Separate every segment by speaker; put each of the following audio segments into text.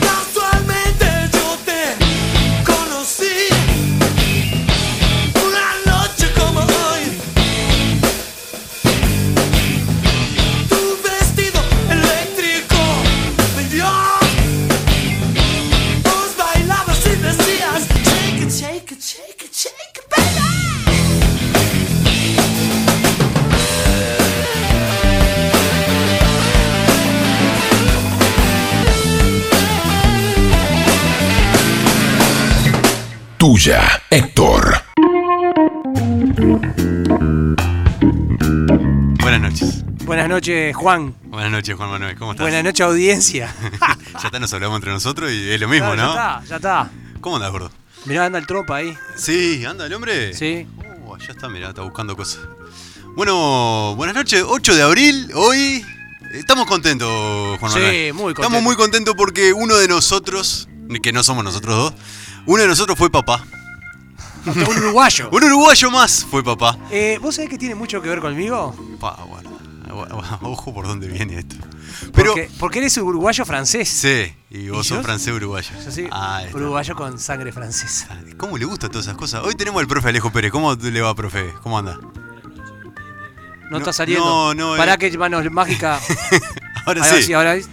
Speaker 1: Casualmente yo te conocí una noche como hoy. Tu vestido eléctrico me dio. Vos bailabas y decías shake it, shake it, shake it, shake it, baby.
Speaker 2: Tuya, Héctor.
Speaker 3: Buenas noches.
Speaker 4: Buenas noches, Juan.
Speaker 3: Buenas noches, Juan Manuel. ¿Cómo estás?
Speaker 4: Buenas noches, audiencia.
Speaker 3: ya está, nos hablamos entre nosotros y es lo mismo,
Speaker 4: Claro,
Speaker 3: ¿no?
Speaker 4: Ya está, ya está.
Speaker 3: ¿Cómo andás, gordo?
Speaker 4: Mirá, anda el tropa ahí.
Speaker 3: Sí, anda el hombre.
Speaker 4: Sí.
Speaker 3: Uh, allá está, mirá, está buscando cosas. Bueno, buenas noches. 8 de abril, hoy. Estamos contentos, Juan
Speaker 4: Sí,
Speaker 3: Manuel.
Speaker 4: muy contentos.
Speaker 3: Estamos muy contentos porque uno de nosotros, que no somos nosotros dos, uno de nosotros fue papá.
Speaker 4: Hasta un uruguayo.
Speaker 3: Un uruguayo más fue papá.
Speaker 4: Eh, ¿Vos sabés que tiene mucho que ver conmigo?
Speaker 3: Pa, bueno, bueno, ojo por dónde viene esto. Pero,
Speaker 4: Porque, porque eres uruguayo francés.
Speaker 3: sí, y vos
Speaker 4: ¿Y
Speaker 3: sos
Speaker 4: yo?
Speaker 3: francés uruguayo.
Speaker 4: Yo soy
Speaker 3: Ah, ahí está.
Speaker 4: uruguayo con sangre francesa.
Speaker 3: ¿Cómo le gustan todas esas cosas? Hoy tenemos al profe Alejo Pérez. ¿Cómo le va, profe? ¿Cómo anda?
Speaker 4: No,
Speaker 3: No,
Speaker 4: está saliendo.
Speaker 3: no, no,
Speaker 4: Pará
Speaker 3: eh.
Speaker 4: que manos mágica.
Speaker 3: Ahora
Speaker 4: ahora
Speaker 3: sí.
Speaker 4: sí, ahora es-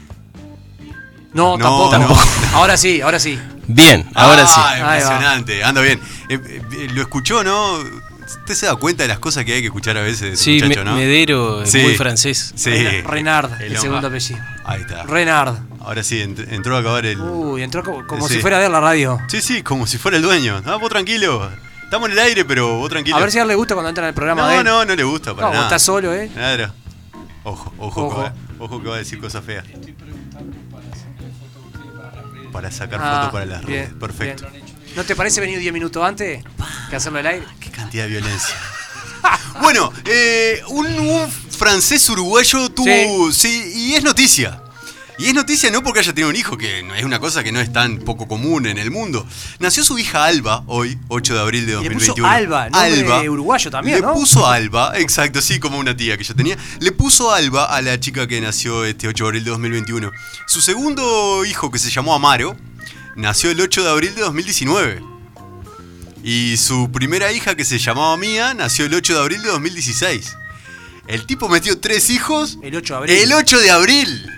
Speaker 3: No,
Speaker 4: No, tampoco.
Speaker 3: tampoco.
Speaker 4: Ahora sí, ahora sí.
Speaker 5: Bien, ahora sí.
Speaker 3: Ah,
Speaker 4: Ahí va.
Speaker 3: Impresionante. Anda bien. Eh, eh, lo escuchó, ¿no? Usted se da cuenta de las cosas que hay que escuchar a veces,
Speaker 5: Sí,
Speaker 3: muchacho,
Speaker 5: me-
Speaker 3: ¿no?
Speaker 5: Medero es
Speaker 3: Sí.
Speaker 5: muy francés.
Speaker 3: Sí.
Speaker 4: Renard, el,
Speaker 3: hombre.
Speaker 4: segundo apellido.
Speaker 3: Ahí está.
Speaker 4: Renard.
Speaker 3: Ahora sí, ent- entró a acabar el.
Speaker 4: Uy, entró como, como
Speaker 3: Sí.
Speaker 4: si fuera de la radio.
Speaker 3: Sí, sí, como si fuera el dueño. Ah, vos tranquilo. Estamos en el aire, pero vos tranquilo.
Speaker 4: A ver si a él le gusta cuando entra en el programa de
Speaker 3: No,
Speaker 4: él.
Speaker 3: no, no le gusta para
Speaker 4: No, vos
Speaker 3: nada.
Speaker 4: estás solo, ¿eh?
Speaker 3: Claro. Ojo, ojo,
Speaker 4: Ojo.
Speaker 3: Que va, ojo que va a decir cosas feas. Para sacar
Speaker 4: Ah,
Speaker 3: fotos para las redes.
Speaker 4: bien,
Speaker 3: Perfecto.
Speaker 4: bien. ¿No te parece venir 10 minutos antes que hacerlo al aire?
Speaker 3: Qué cantidad de violencia. bueno, eh, un, un francés uruguayo tuvo. Sí. y es noticia. Y es noticia no porque haya tenido un hijo, que no- es una cosa que no es tan poco común en el mundo. Nació su hija Alba hoy, 8 de abril de
Speaker 4: Y le
Speaker 3: 2021.
Speaker 4: puso Alba, nombre de uruguayo también,
Speaker 3: Le
Speaker 4: ¿no?
Speaker 3: puso Alba, exacto, sí, como una tía que yo tenía. Le puso Alba a la chica que nació este 8 de abril de 2021. Su segundo hijo, que se llamó Amaro, nació el 8 de abril de 2019. Y su primera hija, que se llamaba Mía, nació el 8 de abril de 2016. El tipo metió tres hijos
Speaker 4: El 8 de abril.
Speaker 3: el 8 de abril.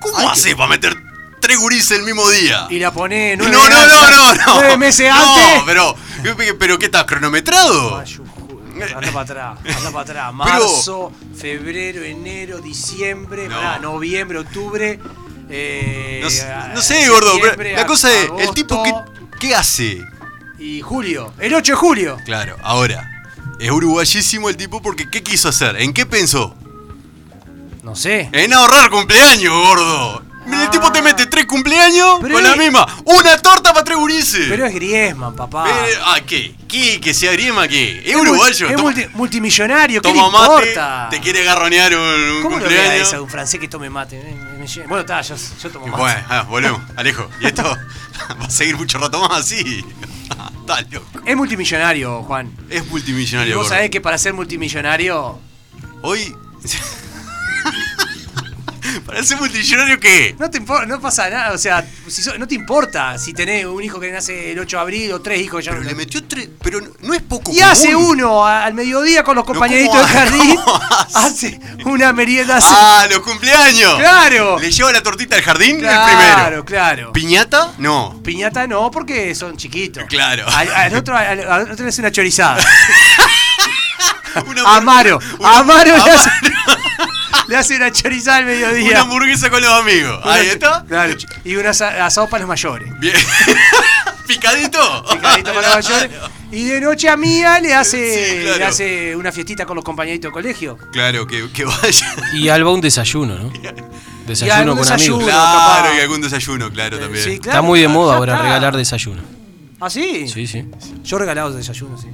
Speaker 3: ¿Cómo hace para meter tres gurises el mismo día?
Speaker 4: Y la pone
Speaker 3: No,
Speaker 4: nueve
Speaker 3: no,
Speaker 4: meses-
Speaker 3: no, no, no.
Speaker 4: Nueve meses
Speaker 3: No,
Speaker 4: antes. eh,
Speaker 3: pero, pero ¿qué está cronometrado?
Speaker 4: Mayo, julio, Anda para atrás, anda para atrás.
Speaker 3: Pero-
Speaker 4: Marzo, febrero, enero, diciembre,
Speaker 3: No.
Speaker 4: pará, noviembre, octubre. eh,
Speaker 3: No, sé-
Speaker 4: a-
Speaker 3: no sé, gordo, pero
Speaker 4: septiembre,
Speaker 3: la cosa es, el
Speaker 4: agosto
Speaker 3: tipo que, ¿qué hace?
Speaker 4: Y julio, el 8 de julio.
Speaker 3: Claro, ahora, es uruguayísimo el tipo porque ¿qué quiso hacer? ¿En qué pensó?
Speaker 4: No sé.
Speaker 3: En ahorrar cumpleaños, gordo. El
Speaker 4: Ah.
Speaker 3: tipo te mete tres cumpleaños
Speaker 4: Pero
Speaker 3: con
Speaker 4: es-
Speaker 3: la misma. Una torta para tres gurises.
Speaker 4: Pero es Griezmann, papá.
Speaker 3: Pero- ah, ¿qué? ¿Qué? ¿Que sea Griezmann qué? Es,
Speaker 4: Es mul-
Speaker 3: uruguayo.
Speaker 4: Es
Speaker 3: toma-
Speaker 4: multi- multimillonario, ¿qué le
Speaker 3: Toma mate,
Speaker 4: importa?
Speaker 3: te quiere garronear un, un
Speaker 4: ¿Cómo lo le da
Speaker 3: cumpleaños.
Speaker 4: esa a un francés que tome mate? Eh, me lle- Bueno, está, yo, yo tomo mate.
Speaker 3: Bueno, ah, volvemos, Alejo. Y esto va a seguir mucho rato más así. Está loco.
Speaker 4: Es multimillonario, Juan.
Speaker 3: Es
Speaker 4: Y
Speaker 3: multimillonario.
Speaker 4: vos
Speaker 3: gordo.
Speaker 4: sabés que para ser multimillonario.
Speaker 3: Hoy. ¿Para ser multimillonario qué?
Speaker 4: No te impor- no pasa nada. O sea, si so- no te importa si tenés un hijo que nace el 8 de abril o tres hijos. Ya
Speaker 3: Pero
Speaker 4: no-
Speaker 3: le metió tres. Pero no- no es poco.
Speaker 4: y hace
Speaker 3: común.
Speaker 4: uno a- al mediodía con los
Speaker 3: ¿cómo
Speaker 4: compañeritos del
Speaker 3: hace?
Speaker 4: jardín.
Speaker 3: ¿Cómo hace?
Speaker 4: Hace una merienda. así.
Speaker 3: ¡Ah, los cumpleaños!
Speaker 4: ¡Claro!
Speaker 3: ¿Le lleva la tortita al jardín? El primero.
Speaker 4: Claro, claro.
Speaker 3: ¿Piñata? No.
Speaker 4: Piñata no, porque son chiquitos.
Speaker 3: Claro.
Speaker 4: Al, al otro, al, al otro le hace una chorizada.
Speaker 3: Una hamburg-
Speaker 4: Amaro.
Speaker 3: una-
Speaker 4: Amaro le
Speaker 3: Amaro.
Speaker 4: hace, le hace una chorizada al
Speaker 3: Una
Speaker 4: mediodía.
Speaker 3: hamburguesa con los amigos.
Speaker 4: Una
Speaker 3: Ahí
Speaker 4: ch-
Speaker 3: está.
Speaker 4: claro, ch- y un asa- asado para los mayores.
Speaker 3: Bien. Picadito.
Speaker 4: Picadito para los mayores. Y de noche a mía le hace,
Speaker 3: Sí, claro.
Speaker 4: le hace una fiestita con los compañeritos de colegio.
Speaker 3: Claro, que, que vaya.
Speaker 5: Y Alba un desayuno, ¿no?
Speaker 4: algún
Speaker 5: Desayuno con
Speaker 4: desayuno.
Speaker 5: amigos.
Speaker 3: Claro,
Speaker 4: capaz.
Speaker 3: y algún desayuno, claro, también.
Speaker 4: Sí, claro,
Speaker 5: Está muy de
Speaker 4: ya
Speaker 5: moda ahora
Speaker 4: está.
Speaker 5: regalar desayuno.
Speaker 4: ¿Ah, sí?
Speaker 5: Sí, sí.
Speaker 4: Yo he regalado desayuno, sí.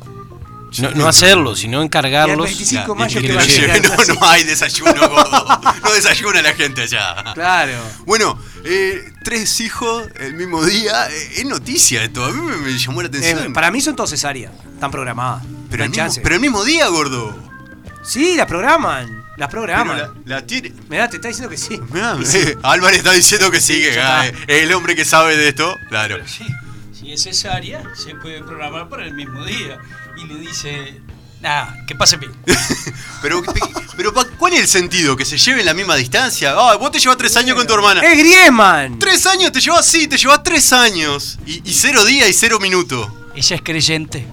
Speaker 5: No, no hacerlo, sino
Speaker 4: Y al
Speaker 5: encargarlos.
Speaker 4: 25
Speaker 3: Ya,
Speaker 4: de mayo
Speaker 3: y
Speaker 4: te
Speaker 3: que
Speaker 4: va a
Speaker 3: lo lleven.
Speaker 4: llegar
Speaker 3: no,
Speaker 4: una cita.
Speaker 3: no hay desayuno, gordo. No desayuna la gente allá.
Speaker 4: Claro.
Speaker 3: Bueno, eh, tres hijos el mismo día. eh, es noticia esto. A mí me, me llamó la
Speaker 4: Eh,
Speaker 3: atención.
Speaker 4: para mí son todas cesáreas. Están programadas.
Speaker 3: pero, el
Speaker 4: no hay
Speaker 3: mismo,
Speaker 4: chance.
Speaker 3: pero el mismo día, gordo.
Speaker 4: Sí, las programan. Las
Speaker 3: Pero
Speaker 4: programan.
Speaker 3: la, la tiene.
Speaker 4: Mirá, te está diciendo que sí.
Speaker 3: Mirá, eh, Álvarez está diciendo que sí, que
Speaker 4: ya
Speaker 3: ah, eh, el hombre que sabe de esto. Claro.
Speaker 6: Sí, si es cesárea, se puede programar para el mismo día. Y le dice, nada, que pase bien.
Speaker 3: Pero, pero pa- ¿cuál es el sentido? ¿Que se lleven la misma distancia? Ah, vos te llevas tres años con tu hermana.
Speaker 4: ¡Es Griezmann!
Speaker 3: Tres años te llevas, sí, te llevas tres años. Y, y cero día y cero minuto.
Speaker 6: Ella es creyente.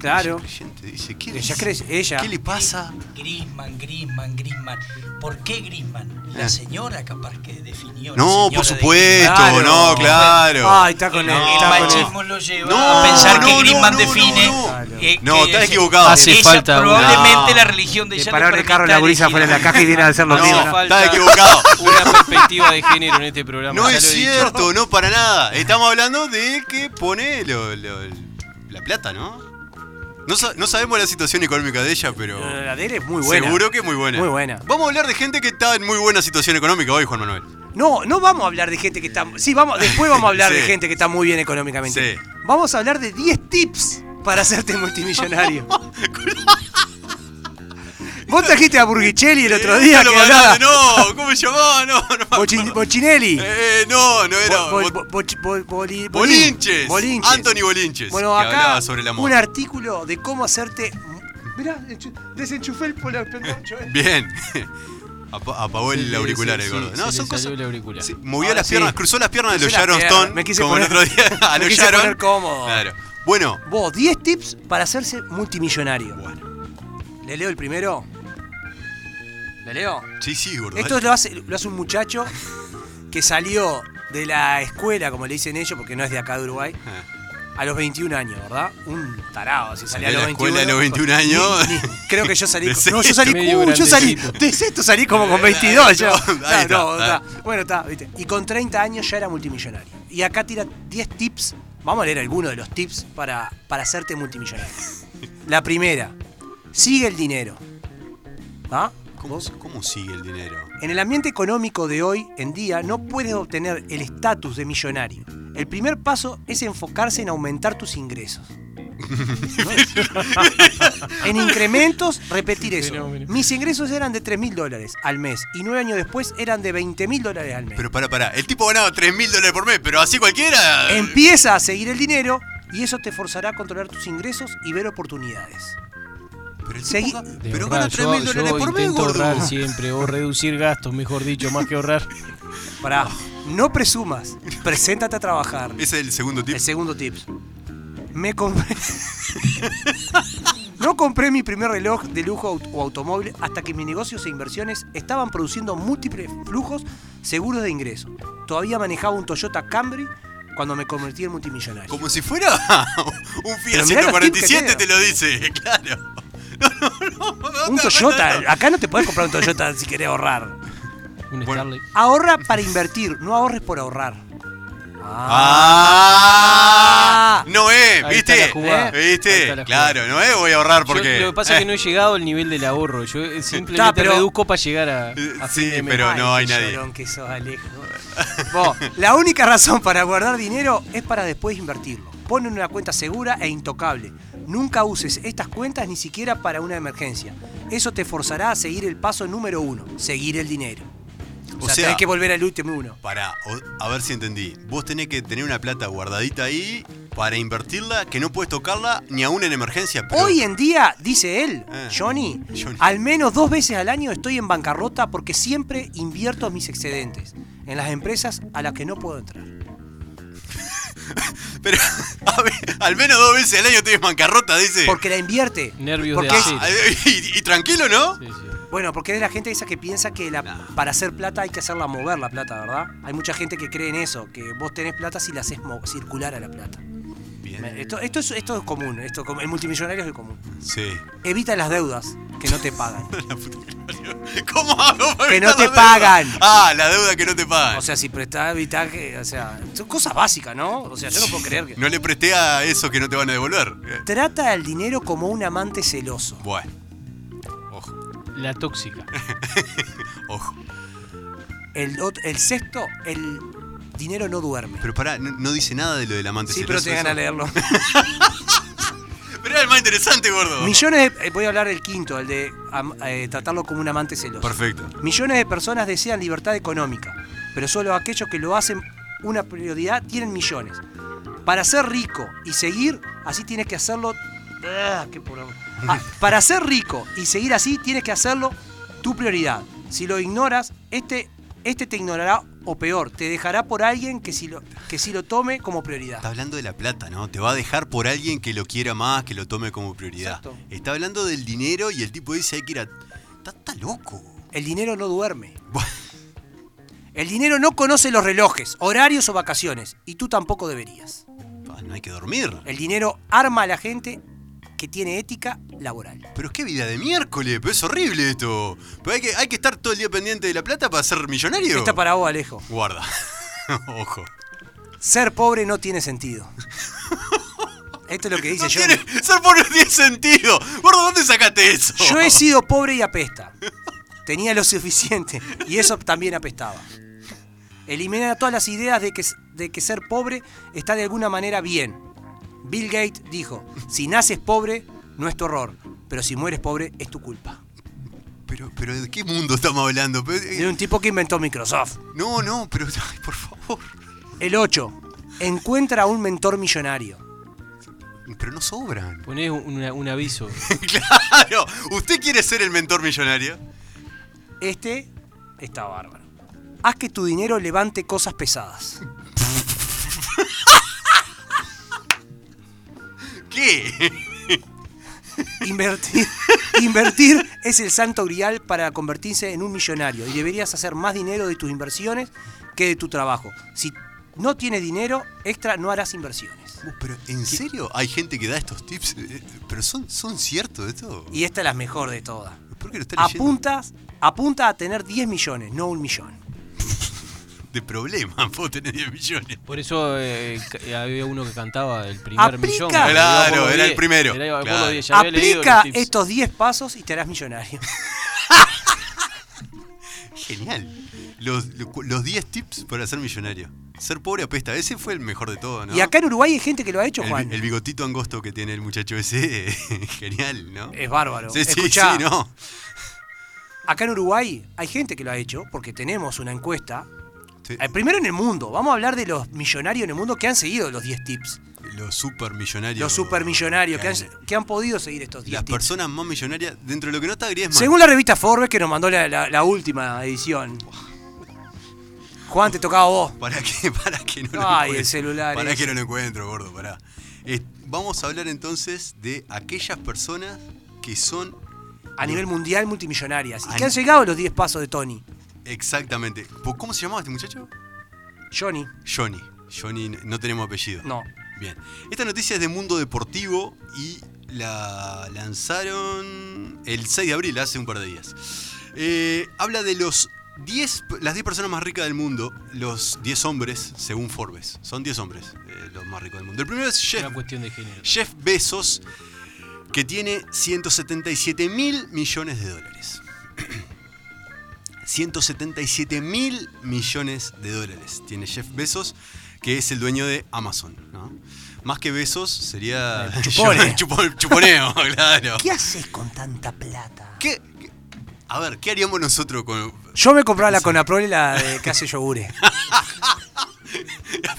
Speaker 4: Claro.
Speaker 3: Gente dice, ¿qué,
Speaker 4: Ella
Speaker 3: dice?
Speaker 4: crece, ella.
Speaker 3: ¿Qué le pasa?
Speaker 6: Grisman, Grisman, Grisman. ¿Por qué Grisman? La señora capaz que definió. la
Speaker 3: Ah. No,
Speaker 6: señora
Speaker 3: por
Speaker 6: de
Speaker 3: supuesto,
Speaker 4: Claro.
Speaker 3: no, claro.
Speaker 4: Ay, está con
Speaker 6: El,
Speaker 4: él.
Speaker 3: No,
Speaker 4: está con él.
Speaker 6: machismo lo lleva
Speaker 3: No,
Speaker 6: a pensar
Speaker 3: no,
Speaker 6: que
Speaker 3: no,
Speaker 6: Grisman
Speaker 3: no,
Speaker 6: define.
Speaker 3: no,
Speaker 4: no.
Speaker 6: que-
Speaker 3: No,
Speaker 6: que
Speaker 3: estás
Speaker 6: es-
Speaker 3: equivocado.
Speaker 5: Hace
Speaker 6: ella
Speaker 5: falta una-
Speaker 6: Probablemente
Speaker 4: No.
Speaker 6: la religión de
Speaker 4: Le
Speaker 6: ella. le
Speaker 4: pararon el carro a
Speaker 6: permita
Speaker 4: la gurisa
Speaker 6: elegir
Speaker 4: fuera de la
Speaker 6: algo.
Speaker 4: caja y viene a hacer los
Speaker 3: No,
Speaker 4: míos.
Speaker 5: falta-
Speaker 3: estás equivocado.
Speaker 5: Una perspectiva de género en este programa.
Speaker 3: No
Speaker 5: ya
Speaker 3: es
Speaker 5: lo he dicho.
Speaker 3: cierto, no para nada. Estamos hablando de que pone lo- lo- la plata, ¿no? No, sa- no sabemos la situación económica de ella, pero...
Speaker 4: Eh, La de él es muy buena.
Speaker 3: Seguro que es muy buena.
Speaker 4: Muy buena.
Speaker 3: Vamos a hablar de gente que está en muy buena situación económica hoy, Juan Manuel.
Speaker 4: No, no vamos a hablar de gente que está. Sí, vamos, después vamos a hablar de
Speaker 3: Sí.
Speaker 4: gente que está muy bien económicamente.
Speaker 3: Sí.
Speaker 4: Vamos a hablar de 10 tips para hacerte multimillonario. Vos trajiste a Burgichelli el otro
Speaker 3: Eh,
Speaker 4: día
Speaker 3: no
Speaker 4: que
Speaker 3: lo mandaste,
Speaker 4: hablaba.
Speaker 3: No, ¿cómo se llamaba? No, no. me
Speaker 4: Bochin-
Speaker 3: acuerdo.
Speaker 4: Bochinelli.
Speaker 3: Eh, no, no era.
Speaker 4: Bo-
Speaker 3: Bo-
Speaker 4: bo- boch- bo- boli-
Speaker 3: Bolinches.
Speaker 4: Bolinches.
Speaker 3: Anthony Bolinches.
Speaker 4: Bueno,
Speaker 3: que
Speaker 4: acá
Speaker 3: hablaba sobre el amor.
Speaker 4: un artículo de cómo hacerte. Mirá, enchu- desenchufé el polar, eh. perdón, yo-
Speaker 3: Bien. Apa- apagó el
Speaker 5: Sí,
Speaker 3: auricular
Speaker 5: sí,
Speaker 3: el
Speaker 5: sí,
Speaker 3: gordo.
Speaker 5: se
Speaker 3: no,
Speaker 5: le
Speaker 3: son
Speaker 5: salió
Speaker 3: cosas.
Speaker 5: el auricular.
Speaker 3: Sí, movió
Speaker 4: Ahora
Speaker 3: las piernas,
Speaker 4: sí.
Speaker 3: cruzó las piernas de los
Speaker 4: Cruzó las
Speaker 3: Sharon
Speaker 4: piernas,
Speaker 3: Stone.
Speaker 4: me quise
Speaker 3: como el
Speaker 4: poner-
Speaker 3: otro día. A
Speaker 4: me
Speaker 3: los
Speaker 4: quise
Speaker 3: Sharon.
Speaker 4: poner cómodo.
Speaker 3: Claro. Bueno,
Speaker 4: Vos, 10 tips para hacerse multimillonario.
Speaker 3: Bueno.
Speaker 4: ¿Le leo el primero? ¿Le leo?
Speaker 3: sí, sí, gordo.
Speaker 4: Esto lo hace, lo hace un muchacho que salió de la escuela, como le dicen ellos, porque no es de acá de Uruguay,
Speaker 3: Ah.
Speaker 4: a los 21 años, ¿verdad? Un tarado, si salía a
Speaker 3: Salió
Speaker 4: los
Speaker 3: de la escuela a
Speaker 4: 21.
Speaker 3: los 21 años.
Speaker 4: Ni- ni- creo que yo salí.
Speaker 3: De
Speaker 4: con- no, yo
Speaker 3: sexto.
Speaker 4: salí.
Speaker 5: Medio
Speaker 4: uh, yo salí.
Speaker 5: grandecito.
Speaker 4: De sexto salí como con
Speaker 3: Eh,
Speaker 4: 22.
Speaker 3: ahí
Speaker 4: yo.
Speaker 3: está,
Speaker 4: No,
Speaker 3: ahí está,
Speaker 4: no,
Speaker 3: ahí.
Speaker 4: está. Bueno, está, viste. Y con 30 años ya era multimillonario. Y acá tira 10 tips. Vamos a leer algunos de los tips para, para hacerte multimillonario. La primera, sigue el dinero. ¿Ah?
Speaker 3: ¿Cómo, ¿Cómo sigue el dinero?
Speaker 4: En el ambiente económico de hoy en día no puedes obtener el estatus de millonario. El primer paso es enfocarse en aumentar tus ingresos. en incrementos, repetir eso. Mis ingresos eran de 3 mil dólares al mes y nueve años después eran de 20 mil dólares al mes.
Speaker 3: Pero para, para. El tipo ganaba 3 mil dólares por mes, pero así cualquiera.
Speaker 4: Empieza a seguir el dinero y eso te forzará a controlar tus ingresos y ver oportunidades.
Speaker 3: Pero, el tipo
Speaker 4: Segui-
Speaker 3: ga-
Speaker 5: De
Speaker 3: pero gana
Speaker 5: ahorrar,
Speaker 3: 3
Speaker 5: yo-
Speaker 3: mil dólares
Speaker 5: yo
Speaker 3: por mes,
Speaker 5: intento
Speaker 3: gordo.
Speaker 5: ahorrar siempre, o reducir gastos, mejor dicho, más que ahorrar.
Speaker 4: Para, no presumas, preséntate a trabajar.
Speaker 3: Ese es el segundo tipo.
Speaker 4: El segundo tip. Me compré. no compré mi primer reloj de lujo aut- o automóvil hasta que mis negocios e inversiones estaban produciendo múltiples flujos seguros de ingreso. Todavía manejaba un Toyota Camry cuando me convertí en multimillonario.
Speaker 3: Como si fuera un Fiat
Speaker 4: Pero mirá los tips que
Speaker 3: 147
Speaker 4: te
Speaker 3: te lo dice, claro. No, no, no, no,
Speaker 4: Un
Speaker 3: no,
Speaker 4: Toyota,
Speaker 3: no, no.
Speaker 4: acá no te podés comprar un Toyota si querés ahorrar.
Speaker 5: Un
Speaker 3: Bueno.
Speaker 5: Starlight.
Speaker 4: Ahorra para invertir, no ahorres por ahorrar.
Speaker 3: Ah,
Speaker 4: Ah.
Speaker 3: Noé,
Speaker 5: Ahí está
Speaker 3: ¿viste?
Speaker 5: la jugada.
Speaker 3: ¿Eh?
Speaker 5: Ahí está
Speaker 3: ¿Viste?
Speaker 5: la
Speaker 3: Claro, Noé voy a ahorrar
Speaker 5: Yo-
Speaker 3: porque.
Speaker 5: lo que pasa es que
Speaker 3: eh,
Speaker 5: no he llegado al nivel del ahorro. Yo eh, simplemente
Speaker 4: Ta, pero-
Speaker 5: reduzco para llegar a, a
Speaker 3: Sí,
Speaker 5: fin de mes.
Speaker 3: pero
Speaker 4: Ay,
Speaker 3: no hay
Speaker 4: qué
Speaker 3: nadie.
Speaker 4: llorón que sos, Alejo. Vos, la única razón para guardar dinero es para después invertirlo. Pon en una cuenta segura e intocable. Nunca uses estas cuentas ni siquiera para una emergencia. Eso te forzará a seguir el paso número uno, seguir el dinero. O,
Speaker 3: O
Speaker 4: sea,
Speaker 3: sea-
Speaker 4: tenés que volver al último uno.
Speaker 3: Pará, o- a ver si entendí. Vos tenés que tener una plata guardadita ahí para invertirla, que no puedes tocarla ni aún en emergencia. pero-
Speaker 4: Hoy en día, dice él,
Speaker 3: Ah,
Speaker 4: Johnny,
Speaker 3: Johnny.
Speaker 4: al menos dos veces al año estoy en bancarrota porque siempre invierto mis excedentes en las empresas a las que no puedo entrar.
Speaker 3: Pero a ver, al menos dos veces al año estoy en bancarrota, dice.
Speaker 4: Porque la invierte.
Speaker 5: Nervios
Speaker 4: porque
Speaker 5: de
Speaker 4: es-
Speaker 5: acero.
Speaker 3: Ah, y, y tranquilo, ¿no?
Speaker 5: Sí, sí.
Speaker 4: Bueno, porque es la gente esa que piensa que la- para hacer plata hay que hacerla mover la plata, ¿verdad? Hay mucha gente que cree en eso, que vos tenés plata si la haces mo- circular a la plata.
Speaker 3: Bien.
Speaker 4: Esto, esto, es, esto es común, esto, es com- el multimillonario es el común.
Speaker 3: Sí.
Speaker 4: Evita las deudas que no te pagan.
Speaker 3: Mario. ¿Cómo hago para
Speaker 4: Que no
Speaker 3: evitar
Speaker 4: te
Speaker 3: la deuda?
Speaker 4: pagan.
Speaker 3: Ah, la deuda que no te pagan.
Speaker 4: O sea, si prestás habitaje, o sea, son cosas básicas, ¿no? O sea, yo no puedo creer que.
Speaker 3: no le presté a eso que no te van a devolver. Eh,
Speaker 4: Trata al dinero como un amante celoso.
Speaker 3: Bueno. Ojo,
Speaker 5: La tóxica.
Speaker 3: ojo.
Speaker 4: El, ot- el sexto, el dinero no duerme.
Speaker 3: Pero pará, no, no dice nada de lo del amante
Speaker 4: Sí, pero
Speaker 3: celoso,
Speaker 4: te ganas
Speaker 3: eso.
Speaker 4: a leerlo.
Speaker 3: Pero era el más interesante, gordo.
Speaker 4: Millones de- eh, voy a hablar del quinto, el de am- eh, tratarlo como un amante celoso.
Speaker 3: Perfecto.
Speaker 4: Millones de personas desean libertad económica, pero solo aquellos que lo hacen una prioridad tienen millones. Para ser rico y seguir, así tienes que hacerlo. Ah, qué por- Ah, para ser rico y seguir así, tienes que hacerlo tu prioridad. Si lo ignoras, este, este te ignorará o peor, te dejará por alguien que sí lo, que sí lo tome como
Speaker 3: Está
Speaker 4: prioridad.
Speaker 3: hablando de la plata, ¿no? Te va a dejar por alguien que lo quiera más, que lo tome como prioridad.
Speaker 4: Exacto.
Speaker 3: Está hablando del dinero y el tipo dice hay que ir a... Está, está loco.
Speaker 4: El dinero no duerme.
Speaker 3: Bueno,
Speaker 4: El dinero no conoce los relojes, horarios o vacaciones, y tú tampoco deberías.
Speaker 3: pa, no hay que dormir.
Speaker 4: El dinero arma a la gente que tiene ética laboral.
Speaker 3: Pero es que vida de miércoles, pero es horrible esto. Pero hay que, hay que estar todo el día pendiente de la plata para ser millonario.
Speaker 4: Está para vos, Alejo.
Speaker 3: Guarda. Ojo.
Speaker 4: Ser pobre no tiene sentido. Esto es lo que dice
Speaker 3: No
Speaker 4: yo.
Speaker 3: tiene, ser pobre no tiene sentido. Gordo, ¿dónde sacaste eso?
Speaker 4: Yo he sido pobre y apesta. Tenía lo suficiente y eso también apestaba. Elimina todas las ideas de que, de que ser pobre está de alguna manera bien. Bill Gates dijo, si naces pobre, no es tu error, pero si mueres pobre, es tu culpa.
Speaker 3: Pero, pero ¿de qué mundo estamos hablando? Pero, eh,
Speaker 4: De un tipo que inventó Microsoft.
Speaker 3: no, no, pero ay, por favor.
Speaker 4: El 8. Encuentra a un mentor millonario.
Speaker 3: Pero no sobran.
Speaker 5: Ponés un, una- un aviso.
Speaker 3: claro. ¿Usted quiere ser el mentor millonario?
Speaker 4: Este está bárbaro. Haz que tu dinero levante cosas pesadas.
Speaker 3: ¿Qué?
Speaker 4: Invertir, invertir es el santo grial para convertirse en un millonario y deberías hacer más dinero de tus inversiones que de tu trabajo. Si no tienes dinero extra, no harás inversiones.
Speaker 3: Uh, Pero, ¿en serio? Hay gente que da estos tips. eh, ¿Pero son, son ciertos esto?
Speaker 4: Y esta es la mejor de todas.
Speaker 3: ¿Por qué lo está leyendo?
Speaker 4: Apuntas, apunta a tener 10 millones, no un millón.
Speaker 3: De problema, puedo tener 10 millones.
Speaker 5: Por eso eh, ca- había uno que cantaba el primer
Speaker 4: Aplica.
Speaker 5: millón.
Speaker 4: Claro,
Speaker 5: Iba por los
Speaker 3: era el
Speaker 5: 10,
Speaker 3: primero.
Speaker 5: era Iba por los
Speaker 3: Claro.
Speaker 5: 10, ya había leído los
Speaker 4: Aplica
Speaker 5: tips.
Speaker 4: estos 10 pasos y te harás millonario.
Speaker 3: Genial. Los los cu- los 10 tips para ser millonario. Ser pobre apesta. Ese fue el mejor de todos, ¿no?
Speaker 4: Y acá en Uruguay hay gente que lo ha hecho,
Speaker 3: el,
Speaker 4: Juan.
Speaker 3: bi- el bigotito angosto que tiene el muchacho ese. Genial, ¿no?
Speaker 4: Es bárbaro.
Speaker 3: Sí, sí,
Speaker 4: Eh, Escuchá,
Speaker 3: sí, ¿no?
Speaker 4: acá en Uruguay hay gente que lo ha hecho porque tenemos una encuesta.
Speaker 3: Sí,
Speaker 4: Eh, primero en el mundo, vamos a hablar de los millonarios en el mundo que han seguido los 10 tips.
Speaker 3: los supermillonarios.
Speaker 4: Los supermillonarios que
Speaker 3: Genial.
Speaker 4: han, que han podido seguir estos 10
Speaker 3: Las
Speaker 4: tips.
Speaker 3: personas más millonarias, dentro de lo que no está Griezmann.
Speaker 4: Según la revista Forbes que nos mandó la, la- la última edición. Juan, te tocaba a vos.
Speaker 3: ¿Para qué? ¿Para que no lo
Speaker 4: Ay,
Speaker 3: encuentro?
Speaker 4: el celular
Speaker 3: ¿Para
Speaker 4: ese.
Speaker 3: que no lo encuentro, gordo? Pará. Eh, vamos a hablar entonces de aquellas personas que son
Speaker 4: A nivel mundial, multimillonarias. Y
Speaker 3: Ay.
Speaker 4: que han llegado a los 10 pasos de Tony.
Speaker 3: exactamente. ¿Po- ¿Cómo se llamaba este muchacho?
Speaker 4: Johnny,
Speaker 3: Johnny. Johnny, no tenemos apellido.
Speaker 4: no.
Speaker 3: Bien. Esta noticia es de Mundo Deportivo y la lanzaron el 6 de abril, hace un par de días. Eh, habla de los 10, p- las 10 personas más ricas del mundo, los 10 hombres, según Forbes. Son 10 hombres eh, los más ricos del mundo. El primero es Jeff,
Speaker 5: Una cuestión de género.
Speaker 3: Jeff Bezos, que tiene 177 mil millones de dólares. 177 mil millones de dólares tiene Jeff Bezos, que es el dueño de Amazon. ¿no? Más que Bezos sería.
Speaker 4: El chupone.
Speaker 3: Chupon- chuponeo, claro.
Speaker 4: ¿Qué haces con tanta plata?
Speaker 3: ¿Qué- qué- A ver, ¿qué haríamos nosotros con.
Speaker 4: Yo me compraba la Conaprol y la de que hace yogures.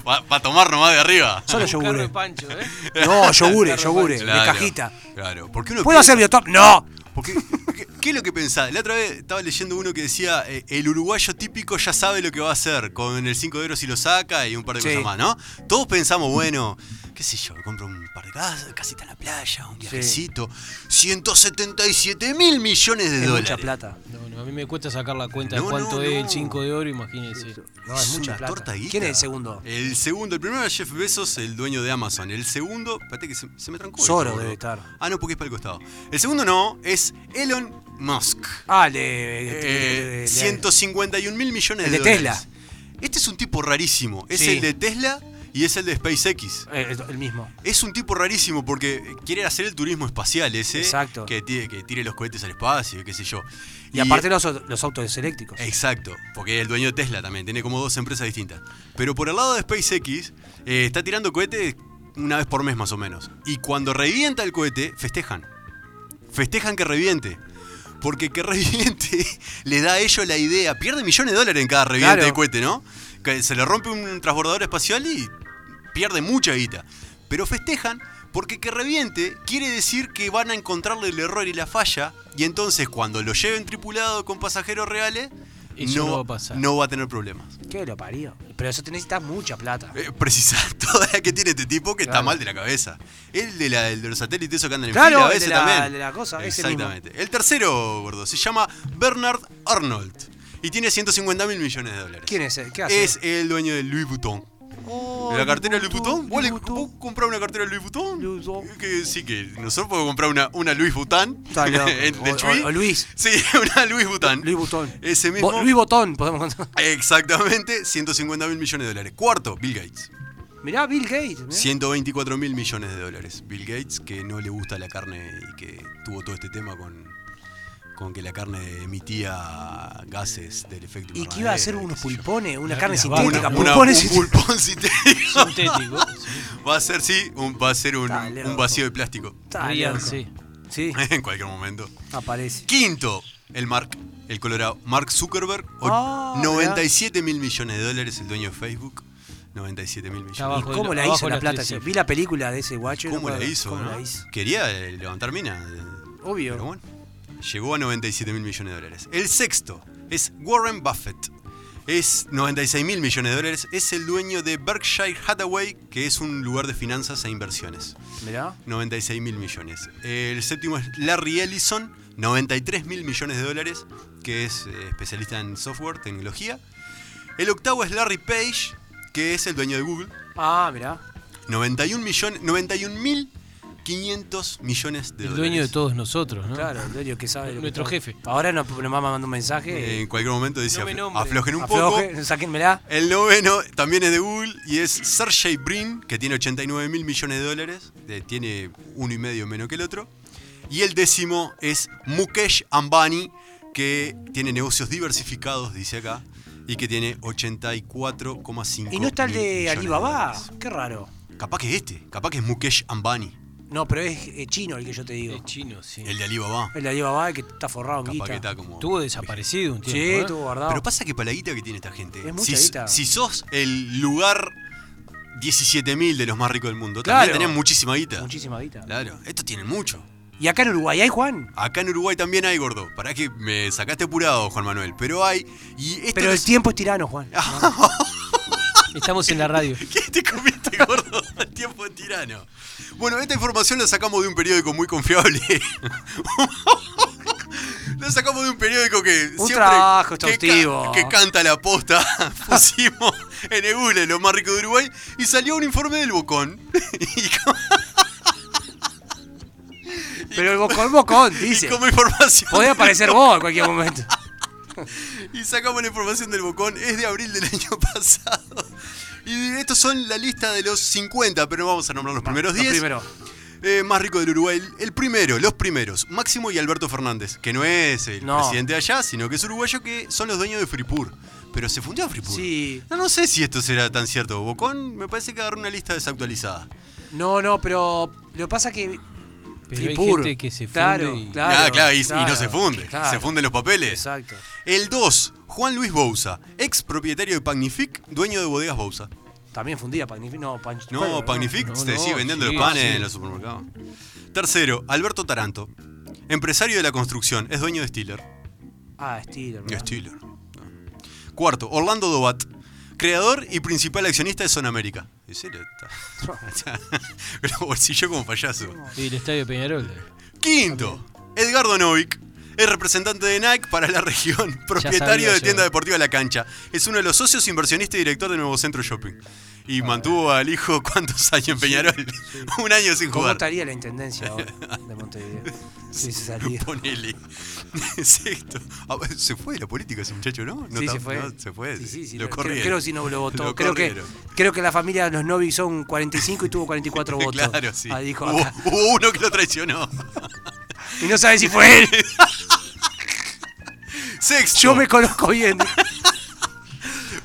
Speaker 3: para tomar nomás de arriba?
Speaker 4: Solo
Speaker 5: Un carro de
Speaker 4: yogures.
Speaker 5: pancho, ¿eh?
Speaker 4: No, yogures,
Speaker 5: Carro de
Speaker 4: yogures. De
Speaker 3: Claro,
Speaker 4: cajita.
Speaker 3: Claro, porque uno
Speaker 4: ¿Puedo
Speaker 3: piensa-
Speaker 4: hacer biotop? No.
Speaker 3: Porque, ¿qué, qué es lo que pensás? La otra vez estaba leyendo uno que decía, eh, el uruguayo típico ya sabe lo que va a hacer, con el 5 de oro si lo saca y un par de
Speaker 4: Sí.
Speaker 3: cosas más, ¿no? Todos pensamos, bueno, qué sé yo, compro un par de casas, casita en la playa, un viajecito. 177 mil millones de
Speaker 4: Es
Speaker 3: dólares.
Speaker 4: mucha plata.
Speaker 5: No, no, a mí me cuesta sacar la cuenta
Speaker 3: No,
Speaker 5: de cuánto
Speaker 3: no,
Speaker 5: es
Speaker 3: no.
Speaker 5: el 5 de oro, imagínense.
Speaker 4: No, es,
Speaker 3: Es
Speaker 4: mucha
Speaker 3: una
Speaker 4: plata.
Speaker 3: torta de guita.
Speaker 4: ¿Quién es el segundo?
Speaker 3: El segundo, el primero es Jeff Bezos, el dueño de Amazon. El segundo, espérate que se, se me trancó. esto,
Speaker 4: Zoro
Speaker 3: boludo.
Speaker 4: debe estar.
Speaker 3: Ah, no, porque es para el costado. El segundo no, es Elon Musk.
Speaker 4: Ah, le.
Speaker 3: Eh,
Speaker 4: le- le-
Speaker 3: 151 mil millones
Speaker 4: El
Speaker 3: de,
Speaker 4: de Tesla.
Speaker 3: dólares. Este es un tipo rarísimo. Es
Speaker 4: Sí.
Speaker 3: el de Tesla y es el de SpaceX.
Speaker 4: eh, el, el mismo.
Speaker 3: Es un tipo rarísimo porque quiere hacer el turismo espacial ese.
Speaker 4: Exacto.
Speaker 3: Que, ti- que tire los cohetes al espacio, qué sé yo.
Speaker 4: Y, aparte los, los autos eléctricos.
Speaker 3: Exacto, porque es el dueño de Tesla también, tiene como dos empresas distintas. Pero por el lado de SpaceX, eh, está tirando cohetes una vez por mes más o menos. Y cuando revienta el cohete, festejan. Festejan que reviente. Porque que reviente le da a ellos la idea. Pierde millones de dólares en cada reviente
Speaker 4: Claro.
Speaker 3: de cohete, ¿no? Que se le rompe un transbordador espacial y pierde mucha guita. Pero festejan porque que reviente quiere decir que van a encontrarle el error y la falla. Y entonces cuando lo lleven tripulado con pasajeros reales,
Speaker 5: Eso no va a pasar.
Speaker 3: no va a tener problemas.
Speaker 4: ¿Qué lo parió? Pero eso te necesitas mucha plata.
Speaker 3: Eh, precisas toda la que tiene este tipo que está
Speaker 4: Claro.
Speaker 3: mal de la cabeza. El de, la, el de los satélites esos que andan en
Speaker 4: Claro,
Speaker 3: fila a
Speaker 4: el de
Speaker 3: veces
Speaker 4: la-
Speaker 3: también.
Speaker 4: de la cosa, ese mismo.
Speaker 3: Exactamente. El tercero, gordo, se llama Bernard Arnold. Y tiene 150 mil millones de dólares.
Speaker 4: ¿Quién es? él? ¿Qué hace?
Speaker 3: Es el dueño de Louis Vuitton. ¿De la cartera Louis Oh, Vuitton? ¿Vos, le- vos comprás una cartera Louis Vuitton?
Speaker 4: Louis Vuitton.
Speaker 3: Que, sí, que nosotros podemos comprar una, una Louis Vuitton.
Speaker 4: Está loco.
Speaker 3: en- de
Speaker 4: O-
Speaker 3: Chuy.
Speaker 4: o- o Luis.
Speaker 3: Sí, una Louis Vuitton.
Speaker 4: Luis Botón.
Speaker 3: Ese mismo.
Speaker 4: Bo- Luis Botón, podemos contar.
Speaker 3: Exactamente, 150 mil millones de dólares. Cuarto, Bill Gates.
Speaker 4: ¿Eh? Mirá, Bill Gates. mirá.
Speaker 3: 124 mil millones de dólares. Bill Gates, que no le gusta la carne y que tuvo todo este tema con, con que la carne emitía gases del efecto
Speaker 4: Y que iba a hacer
Speaker 3: invernadero,
Speaker 4: unos
Speaker 3: qué sé yo.
Speaker 4: pulpones, una
Speaker 5: La-
Speaker 4: carne
Speaker 5: la
Speaker 4: sintética.
Speaker 5: vaca,
Speaker 3: Una-
Speaker 4: pulpones
Speaker 3: un
Speaker 4: sintéticos.
Speaker 3: pulpón sintético.
Speaker 5: Sintético. sí.
Speaker 3: Va a ser, sí, un- va a ser un,
Speaker 4: Está loco.
Speaker 3: un vacío de plástico.
Speaker 4: Está
Speaker 5: Ríanse.
Speaker 4: loco. Sí,
Speaker 3: en cualquier momento.
Speaker 4: aparece.
Speaker 3: Quinto, el Mark, el colorado. Mark Zuckerberg, o-
Speaker 4: Ah, mirá.
Speaker 3: 97 mil millones de dólares, el dueño de Facebook. 97 mil millones.
Speaker 5: Está abajo de
Speaker 4: ¿Cómo la
Speaker 5: la- abajo
Speaker 4: hizo
Speaker 5: de
Speaker 4: la
Speaker 5: las
Speaker 4: plata?
Speaker 5: tres
Speaker 4: esa?
Speaker 5: cifras.
Speaker 4: Vi la película de ese guacho. y no
Speaker 3: ¿Cómo
Speaker 4: puedo
Speaker 3: la
Speaker 4: creer
Speaker 3: hizo?
Speaker 4: ¿Cómo
Speaker 3: no?
Speaker 4: la hizo?
Speaker 3: Quería eh, levantar mina. eh,
Speaker 4: Obvio.
Speaker 3: Pero bueno, llegó a 97 mil millones de dólares. El sexto es Warren Buffett. Es 96 mil millones de dólares. Es el dueño de Berkshire Hathaway, que es un lugar de finanzas e inversiones.
Speaker 4: Mirá.
Speaker 3: 96 mil millones. El séptimo es Larry Ellison, 93 mil millones de dólares, que es eh, especialista en software, tecnología. El octavo es Larry Page, que es el dueño de Google,
Speaker 4: Ah, mirá.
Speaker 3: 91 millones, 91 mil 500 millones de
Speaker 5: El
Speaker 3: dólares.
Speaker 5: dueño de todos nosotros, ¿no?
Speaker 4: Claro, el dueño que sabe. lo que
Speaker 5: Nuestro
Speaker 4: está-
Speaker 5: jefe.
Speaker 4: Ahora nos, nos va mandando un
Speaker 3: Eh,
Speaker 4: mensaje.
Speaker 3: en cualquier momento dice
Speaker 5: No me
Speaker 3: "Aflo-
Speaker 5: nombre.
Speaker 3: aflojen un
Speaker 4: afloje,
Speaker 3: poco.
Speaker 4: sáquenmela.
Speaker 3: El noveno también es de Google y es Sergey Brin, que tiene 89 mil millones de dólares, eh, tiene uno y medio menos que el otro. Y el décimo es Mukesh Ambani, que tiene negocios diversificados, dice acá, y que tiene 84,5
Speaker 4: Y no está el
Speaker 3: mil
Speaker 4: de
Speaker 3: millones
Speaker 4: Alibaba.
Speaker 3: dólares.
Speaker 4: Qué raro.
Speaker 3: Capaz que es este, capaz que es Mukesh Ambani,
Speaker 4: No, pero es eh, chino el que yo te digo.
Speaker 5: Es chino, sí.
Speaker 3: el de Alibaba.
Speaker 4: El de Alibaba, el que está forrado en
Speaker 3: Capaz que
Speaker 4: guita.
Speaker 3: está como...
Speaker 5: Estuvo desaparecido un tiempo.
Speaker 4: Sí,
Speaker 5: ¿eh?
Speaker 4: estuvo guardado.
Speaker 3: Pero pasa que para la guita que tiene esta gente.
Speaker 4: Es mucha
Speaker 3: si,
Speaker 4: guita.
Speaker 3: si sos el lugar 17.000 de los más ricos del mundo,
Speaker 4: Claro.
Speaker 3: también tenés muchísima guita.
Speaker 4: Muchísima guita.
Speaker 3: Claro, estos tienen mucho.
Speaker 4: Y acá en Uruguay, ¿hay Juan?
Speaker 3: Acá en Uruguay también hay, gordo. Para que me sacaste apurado, Juan Manuel. Pero hay. Y esto
Speaker 4: Pero
Speaker 3: no
Speaker 4: el
Speaker 3: es- Ah,
Speaker 4: tiempo es tirano, Juan.
Speaker 5: Estamos en la radio.
Speaker 3: ¿Qué te comiste, gordo? El tiempo de tirano. Bueno, esta información la sacamos de un periódico muy confiable. la sacamos de un periódico que
Speaker 4: Un
Speaker 3: siempre.
Speaker 4: trabajo
Speaker 3: que ca-
Speaker 4: exhaustivo.
Speaker 3: Que, canta la posta. Pusimos en el Google lo más rico de Uruguay y salió un informe del Bocón. y, co-
Speaker 4: Pero el bocón, bocón,
Speaker 3: y
Speaker 4: dice.
Speaker 3: como información.
Speaker 4: Podés aparecer vos en cualquier momento.
Speaker 3: Y sacamos la información del Bocón, es de abril del año pasado. Y estos son la lista de los 50, pero no vamos a nombrar los primeros
Speaker 4: Los
Speaker 3: 10.
Speaker 4: primeros.
Speaker 3: Eh, más rico del Uruguay, el- el primero, los primeros, Máximo y Alberto Fernández, que no es el
Speaker 4: No.
Speaker 3: presidente de allá, sino que es uruguayo que son los dueños de Fripur. Pero se fundió Fripur.
Speaker 4: Sí.
Speaker 3: No, no sé si esto será tan cierto. Bocón me parece que agarró una lista desactualizada.
Speaker 4: No, no, pero lo que pasa es que.
Speaker 5: Pero hay
Speaker 4: Tripur.
Speaker 5: gente que se funde
Speaker 4: Claro,
Speaker 5: y-
Speaker 4: claro.
Speaker 3: Ah, claro, y, y no
Speaker 4: claro,
Speaker 3: se funde.
Speaker 4: claro.
Speaker 3: Se funden los papeles.
Speaker 4: Exacto.
Speaker 3: El 2, Juan Luis Bouza, ex propietario de Pagnific, dueño de bodegas Bouza.
Speaker 4: También fundía Pagnific. No, pan-
Speaker 3: No,
Speaker 4: bueno,
Speaker 3: Pagnific
Speaker 5: no,
Speaker 3: te
Speaker 5: no,
Speaker 3: sigue vendiendo
Speaker 5: sí,
Speaker 3: los panes
Speaker 5: sí.
Speaker 3: en los supermercados. Tercero, Alberto Taranto, empresario de la construcción, es dueño de Stiller.
Speaker 4: Ah, Steeler. ¿verdad?
Speaker 3: Stiller. Cuarto, Orlando Dobat, creador y principal accionista de Zona América. ¿En serio? Está- está- Pero bolsillo como payaso.
Speaker 5: Y el estadio Peñarol.
Speaker 3: Quinto, Edgardo Novik. Es representante de Nike para la región, propietario
Speaker 5: sabía
Speaker 3: de
Speaker 5: yo.
Speaker 3: tienda deportiva La Cancha. Es uno de los socios, inversionista y director de Nuevo Centro Shopping. Y mantuvo al hijo cuántos años en Peñarol. Un año sin
Speaker 4: ¿Cómo
Speaker 3: jugar.
Speaker 4: estaría la intendencia ahora de Montevideo? Si se salía.
Speaker 3: Ponele. Sexto. Ah, bueno, Se fue de la política ese muchacho, ¿no? No
Speaker 4: sí,
Speaker 3: ta-
Speaker 4: se fue.
Speaker 3: no, se fue.
Speaker 4: Sí, sí, sí,
Speaker 3: lo
Speaker 4: creo-
Speaker 3: corrieron.
Speaker 4: Creo, que si no lo votó.
Speaker 3: Lo
Speaker 4: creo, que,
Speaker 3: corrieron.
Speaker 4: creo que la familia de los Novi son 45 y tuvo 44 votos.
Speaker 3: Claro, sí. Oh.
Speaker 4: Ah, dijo,
Speaker 3: hubo,
Speaker 4: acá.
Speaker 3: hubo uno que lo traicionó.
Speaker 4: Y no sabe si fue él.
Speaker 3: Sexto.
Speaker 4: Yo me conozco bien.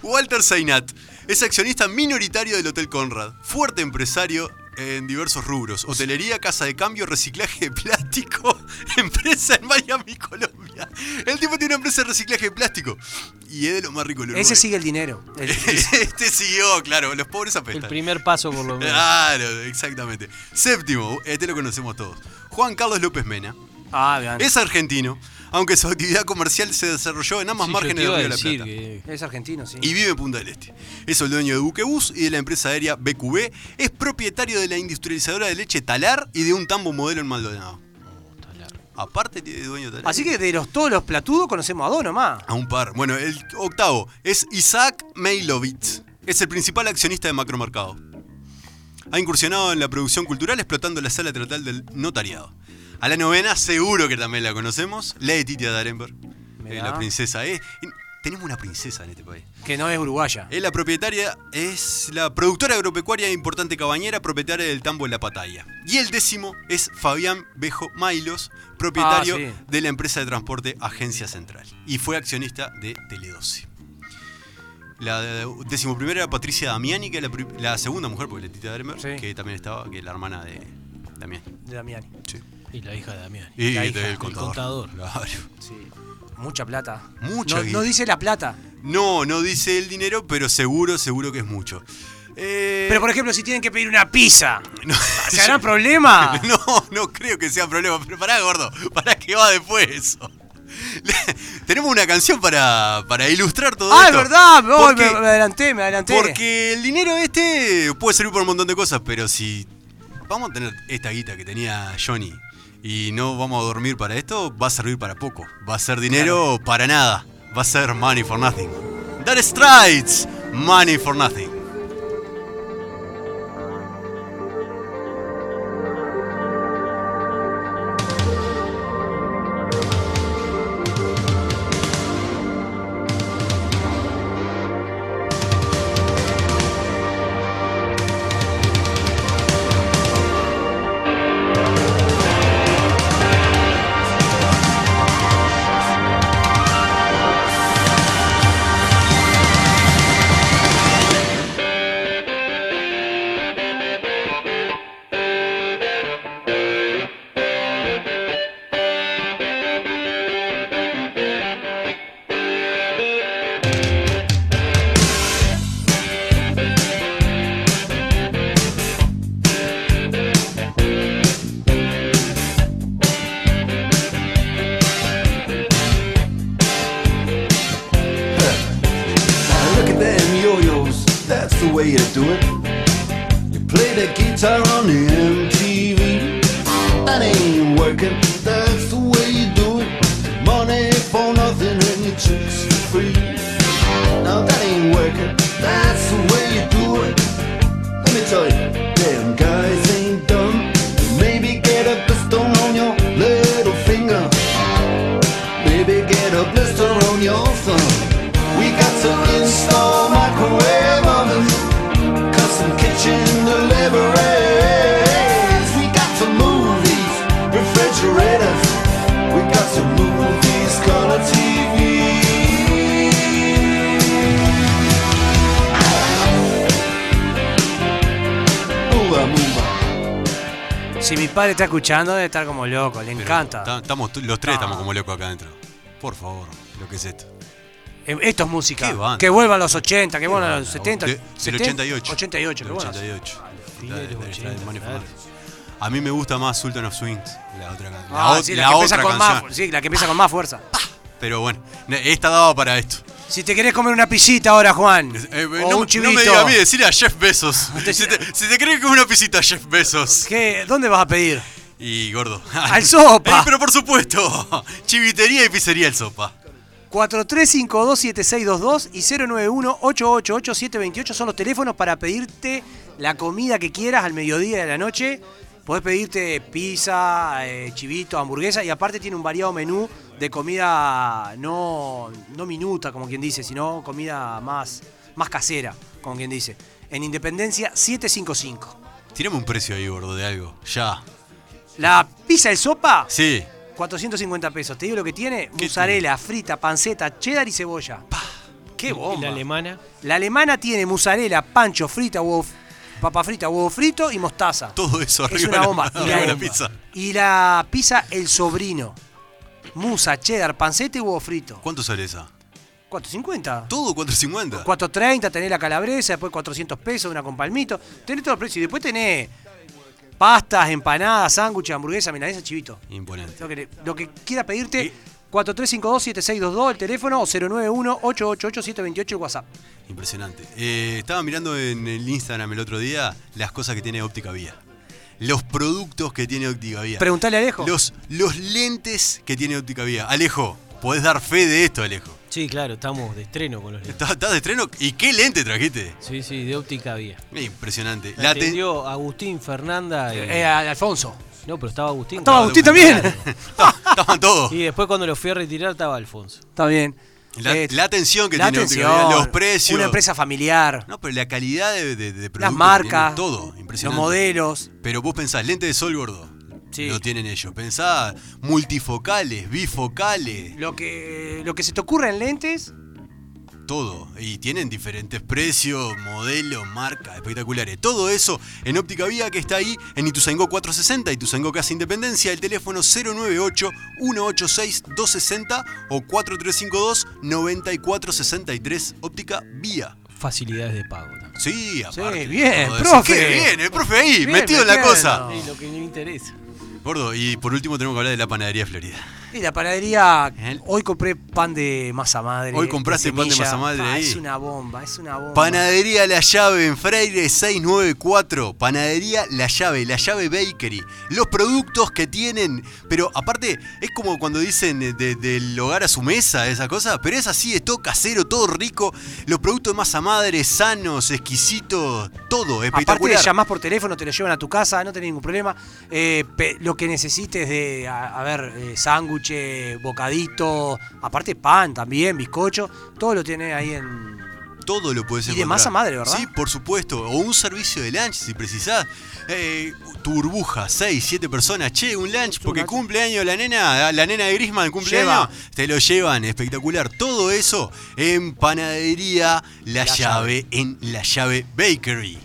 Speaker 3: Walter Zainat es accionista minoritario del Hotel Conrad, fuerte empresario en diversos rubros, hotelería, casa de cambio, reciclaje de plástico, empresa en Miami, Colombia. El tipo tiene una empresa de reciclaje de plástico y es de lo más rico del
Speaker 4: Ese
Speaker 3: Uruguay.
Speaker 4: sigue el dinero. El-
Speaker 3: este siguió, claro, los pobres
Speaker 5: El
Speaker 3: apestan.
Speaker 5: primer paso,
Speaker 3: Ah,
Speaker 5: por lo menos.
Speaker 3: Claro, exactamente. Séptimo, este lo conocemos todos. Juan Carlos López Mena.
Speaker 4: ah, vean. Es,
Speaker 3: Es argentino, aunque su actividad comercial se desarrolló en ambas
Speaker 5: Sí, yo te
Speaker 3: márgenes del
Speaker 5: iba a
Speaker 3: Río de la
Speaker 5: decir
Speaker 3: Plata.
Speaker 5: que-
Speaker 4: argentino, sí.
Speaker 3: Y vive en Punta del Este. Es el dueño de Buquebus y de la empresa aérea BQB. Es propietario de la industrializadora de leche Talar y de un tambo modelo en Maldonado. Aparte tiene dueño de Talar.
Speaker 4: Oh, Así que de los todos los platudos conocemos a dos nomás.
Speaker 3: A un par. Bueno, el octavo es Isaac Meilovitz. Es el principal accionista de Macromercado. Ha incursionado en la producción cultural explotando la sala teatral del notariado. A la novena, seguro que también la conocemos, la de Titia Darenberg.
Speaker 4: Mirá.
Speaker 3: la princesa es. Tenemos una princesa en este país.
Speaker 4: Que no es uruguaya.
Speaker 3: Es la propietaria, es la productora agropecuaria e importante cabañera, propietaria del tambo en la Pataya. Y el décimo es Fabián Bejo Mailos, propietario
Speaker 4: Ah, sí.
Speaker 3: de la empresa de transporte Agencia Central. Y fue accionista de Tele12. La decimoprimera era Patricia Damiani, que es la, pri- la segunda mujer, porque Letita Dremer,
Speaker 4: Sí.
Speaker 3: que también estaba, que es la hermana de Damiani.
Speaker 4: De Damiani.
Speaker 3: Sí.
Speaker 5: Y la hija de Damián.
Speaker 3: Y
Speaker 4: La
Speaker 3: del
Speaker 4: hija, el
Speaker 3: contador.
Speaker 5: contador.
Speaker 3: Claro.
Speaker 4: Sí. Mucha plata.
Speaker 3: Mucha
Speaker 4: No,
Speaker 3: guita. Eh.
Speaker 4: no dice la plata.
Speaker 3: No, no dice el dinero, pero seguro, seguro que es mucho. Eh,
Speaker 4: Pero por ejemplo, si tienen que pedir una pizza,
Speaker 3: no,
Speaker 4: ¿se harán problema?
Speaker 3: No, no creo que sea problema. Pero pará, gordo. Pará que va después eso. Tenemos una canción para, para ilustrar todo
Speaker 4: ah, es
Speaker 3: esto.
Speaker 4: verdad, me, voy,
Speaker 3: Porque-
Speaker 4: me- me adelanté, me adelanté.
Speaker 3: Porque el dinero este puede servir para un montón de cosas, pero si vamos a tener esta guita que tenía Johnny y no vamos a dormir para esto, va a servir para poco. Va a ser dinero para nada. Va a ser money for nothing. That strides money for nothing.
Speaker 7: Now look at them yo-yos, that's the way to do it. You play the guitar on the MTV. That ain't working, that's the way you do it. Money for nothing and your chicks for free. Now that ain't working, that's the way you do it. Let me tell you, them guys ain't dumb. Maybe get a pistol on your little finger. Baby, get a blister on your thumb. We got to install microwave ovens, custom kitchen deliveries. We got to move these refrigerators. We got to move these color TVs. Ooh, I move my
Speaker 4: Si mi padre está escuchando, debe estar como loco, le encanta.
Speaker 3: Ta- Estamos, t- los tres
Speaker 4: Ah.
Speaker 3: estamos como locos acá adentro. Por favor, lo que es esto.
Speaker 4: Eh, Esto es música.
Speaker 3: Qué banda.
Speaker 4: que vuelvan los 80, que vuelvan los 70.
Speaker 3: De- del
Speaker 4: 70,
Speaker 3: 88.
Speaker 4: 88,
Speaker 3: Del
Speaker 4: que vuelvan.
Speaker 3: 88.
Speaker 5: Dinero,
Speaker 3: Del- del- del-
Speaker 5: 80,
Speaker 3: Money for
Speaker 5: claro.
Speaker 3: Nothing. A mí me gusta más Sultan of Swings, la otra, can-
Speaker 4: Ah,
Speaker 3: la o-
Speaker 4: sí,
Speaker 3: la
Speaker 4: la, que empieza
Speaker 3: otra
Speaker 4: con pues.
Speaker 3: canción.
Speaker 4: más, fu- sí, la que empieza con más fuerza.
Speaker 3: Pero bueno, ne- esta daba para esto.
Speaker 4: Si te querés comer una pisita ahora, Juan.
Speaker 3: Eh, eh,
Speaker 4: o
Speaker 3: no,
Speaker 4: un
Speaker 3: no
Speaker 4: chivito.
Speaker 3: me diga a mí, decirle a Jeff Bezos.
Speaker 4: No te-
Speaker 3: si, te, si te crees que es una pisita, Jeff Bezos.
Speaker 4: ¿Qué? ¿Dónde vas a pedir?
Speaker 3: Y gordo.
Speaker 4: Al Sopa.
Speaker 3: Eh, pero por supuesto. Chivitería y pizzería el sopa.
Speaker 4: 43527622 y 091-888-728 son los teléfonos para pedirte la comida que quieras al mediodía de la noche. Podés pedirte pizza, eh, chivito, hamburguesa y aparte tiene un variado menú de comida no, no minuta, como quien dice, sino comida más, más casera, como quien dice. En Independencia 755.
Speaker 3: Tirame un precio ahí, gordo, de algo. Ya.
Speaker 4: La pizza de sopa,
Speaker 3: Sí.
Speaker 4: 450 pesos. Te digo lo que tiene,
Speaker 3: ¿Qué
Speaker 4: mozzarella, frita, panceta, cheddar y cebolla. ¡Qué
Speaker 5: Y
Speaker 3: Oh,
Speaker 4: bomba!
Speaker 5: la alemana.
Speaker 4: La alemana tiene mozzarella, pancho, frita, huevo, f- papa frita, huevo frito y mostaza.
Speaker 3: Todo eso
Speaker 4: es
Speaker 3: arriba de
Speaker 4: una
Speaker 3: la-
Speaker 4: bomba.
Speaker 3: arriba de la pizza.
Speaker 4: Y la pizza El Sobrino. Musa, cheddar, panceta y huevo frito.
Speaker 3: ¿Cuánto sale esa?
Speaker 4: ¿450?
Speaker 3: Todo 450.
Speaker 4: 430, tenés la calabresa, después 400 pesos, una con palmito. Tenés todos los precios. Y después tenés pastas, empanadas, sándwiches, hamburguesa, milanesa, chivito.
Speaker 3: Imponente.
Speaker 4: Lo que, lo que quiera pedirte,
Speaker 3: Y-
Speaker 4: 4352-7622 el teléfono o 091-888-728 el WhatsApp.
Speaker 3: Impresionante. Eh, estaba mirando en el Instagram el otro día las cosas que tiene Óptica Vía. Los productos que tiene Óptica Vía.
Speaker 4: Preguntale a Alejo.
Speaker 3: Los, los lentes que tiene Óptica Vía. Alejo, podés dar fe de esto, Alejo.
Speaker 5: Sí, claro, estamos de estreno con los lentes.
Speaker 3: ¿Estás, estás de estreno? ¿Y qué lente trajiste?
Speaker 5: Sí, sí, de óptica vía.
Speaker 3: Eh, Impresionante.
Speaker 5: La
Speaker 3: La te-
Speaker 5: atendió Agustín Fernanda. y-
Speaker 4: Eh, a- Alfonso.
Speaker 5: No, pero estaba Agustín.
Speaker 4: Estaba Agustín Ah, también.
Speaker 3: Estaban todos.
Speaker 5: Y después cuando lo fui a retirar estaba Alfonso.
Speaker 4: Está bien.
Speaker 3: La,
Speaker 4: Eh,
Speaker 3: la atención que
Speaker 4: la
Speaker 3: tiene Óptica
Speaker 4: atención,
Speaker 3: Vía, los precios.
Speaker 4: Una empresa familiar.
Speaker 3: No, pero la calidad de, de, de producto
Speaker 4: las
Speaker 3: que
Speaker 4: marcas.
Speaker 3: tiene, todo,
Speaker 4: Los
Speaker 3: impresionante.
Speaker 4: modelos.
Speaker 3: Pero vos pensás, lente de sol gordo.
Speaker 4: Sí.
Speaker 3: Lo tienen ellos. Pensá, multifocales, bifocales,
Speaker 4: Lo que, lo que se te ocurra en lentes.
Speaker 3: todo. Y tienen diferentes precios, modelos, marcas, espectaculares. Todo eso en Óptica Vía que está ahí en Ituzaingó 460, Ituzaingó Casa Independencia, el teléfono 098-186-260 o 4352-9463, Óptica Vía.
Speaker 5: Facilidades de pago también.
Speaker 3: Sí, aparte.
Speaker 4: bien,
Speaker 3: todo eso.
Speaker 4: profe.
Speaker 3: Qué bien, el profe ahí,
Speaker 4: Bien,
Speaker 3: metido en la
Speaker 4: metiendo.
Speaker 3: cosa.
Speaker 4: Sí,
Speaker 5: lo que me interesa.
Speaker 3: Gordo, y por último tenemos que hablar de la panadería Florida.
Speaker 4: Y la panadería.
Speaker 3: El-
Speaker 4: Hoy compré pan de masa madre.
Speaker 3: Hoy compraste pan de
Speaker 4: semilla.
Speaker 3: masa madre
Speaker 4: Ah,
Speaker 3: ahí.
Speaker 4: Es una bomba, es una bomba.
Speaker 3: Panadería La Llave en Freire 694. Panadería La Llave, La Llave Bakery. Los productos que tienen. Pero aparte, es como cuando dicen eh, de- del hogar a su mesa, esa cosa. Pero es así, es todo casero, todo rico. Los productos de masa madre, sanos, exquisitos, todo
Speaker 4: Aparte,
Speaker 3: espectacular.
Speaker 4: llamás por teléfono, te lo llevan a tu casa, no tenés ningún problema. Eh, pe- lo que necesites de, a, a ver, eh, sándwiches, bocadito, aparte pan también, bizcocho, todo lo tiene ahí en,
Speaker 3: Todo lo puedes
Speaker 4: Y de
Speaker 3: encontrar.
Speaker 4: masa madre, ¿verdad?
Speaker 3: Sí, por supuesto. O un servicio de lunch, si precisás. Eh, tu burbuja, 6, 7 personas. Che, un lunch, porque
Speaker 4: lunch.
Speaker 3: cumpleaños la nena, la nena de Grisman, cumpleaños.
Speaker 4: Lleva.
Speaker 3: Te lo llevan, espectacular. Todo eso en panadería La, llave, en La Llave Bakery.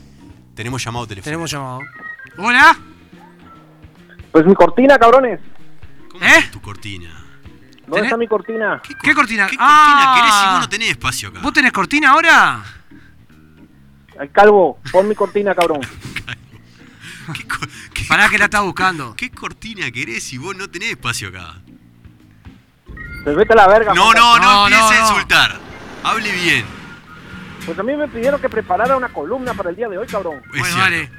Speaker 3: Tenemos llamado teléfono.
Speaker 4: Tenemos llamado. Hola.
Speaker 8: Pues mi cortina, cabrones.
Speaker 3: ¿Cómo
Speaker 4: ¿Eh?
Speaker 3: es tu cortina?
Speaker 8: ¿Dónde
Speaker 4: ¿Tenés?
Speaker 8: está mi cortina?
Speaker 4: ¿Qué,
Speaker 3: ¿Qué
Speaker 4: cortina?
Speaker 3: cortina
Speaker 4: Ah,
Speaker 3: querés si vos no tenés espacio acá?
Speaker 4: ¿Vos tenés cortina ahora?
Speaker 8: Al calvo, pon mi cortina, cabrón.
Speaker 3: ¿Qué, co- qué-
Speaker 4: Pará que la estás buscando.
Speaker 3: qué cortina querés si vos no tenés espacio acá?
Speaker 8: Pues vete a la verga.
Speaker 3: No,
Speaker 8: puta.
Speaker 3: no, no,
Speaker 4: No, no,
Speaker 3: empieces a
Speaker 4: no.
Speaker 3: insultar. Hable bien.
Speaker 8: Pues a mí me pidieron que preparara una columna para el día de hoy, cabrón.
Speaker 3: Es
Speaker 4: bueno,
Speaker 3: cierto.
Speaker 4: dale.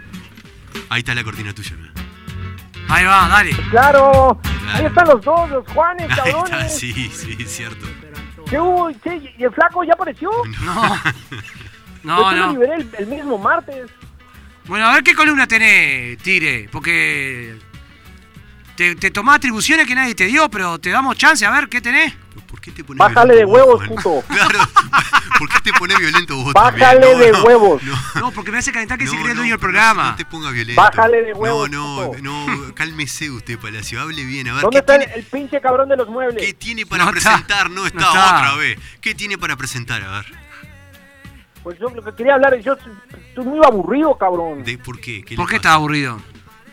Speaker 3: Ahí está la cortina tuya. mira.
Speaker 4: Ahí va, dale.
Speaker 8: Claro. Ahí están los dos, los Juanes,
Speaker 3: Ahí
Speaker 8: cabrones.
Speaker 3: está, sí, sí, es cierto.
Speaker 8: ¿Qué hubo? ¿Y qué? ¿Y el flaco ya apareció?
Speaker 4: No. No,
Speaker 8: Yo te lo
Speaker 4: no.
Speaker 8: liberé el, el mismo martes.
Speaker 4: Bueno, a ver qué columna tenés, Tigre. Porque te, te tomás atribuciones que nadie te dio, pero te damos chance a ver qué tenés.
Speaker 3: Pero ¿Por qué te pones
Speaker 8: Bájale de
Speaker 3: violento vos,
Speaker 8: huevos,
Speaker 3: Juan?
Speaker 8: puto.
Speaker 3: Claro, ¿por qué te pones violento vos
Speaker 8: Bájale
Speaker 3: también?
Speaker 8: de huevos.
Speaker 4: No, porque me hace calentar que
Speaker 3: no,
Speaker 4: se cree el
Speaker 3: no,
Speaker 4: dueño del
Speaker 3: no,
Speaker 4: programa.
Speaker 3: No te ponga violento.
Speaker 8: Bájale de huevos,
Speaker 3: No,
Speaker 8: puto.
Speaker 3: no, no, cálmese usted, Palacio. Hable bien. A ver,
Speaker 8: ¿Dónde
Speaker 3: ¿qué,
Speaker 8: está el,
Speaker 3: tiene,
Speaker 8: el pinche cabrón de los
Speaker 3: qué
Speaker 8: muebles?
Speaker 3: tiene para
Speaker 4: No está,
Speaker 3: presentar? No está,
Speaker 4: no está.
Speaker 3: otra vez. ¿Qué tiene para presentar? A ver,
Speaker 8: Pues yo lo que quería hablar es yo estoy muy aburrido, cabrón.
Speaker 3: ¿de por qué? ¿Qué le
Speaker 4: ¿Por qué
Speaker 3: pasa?
Speaker 4: estás aburrido?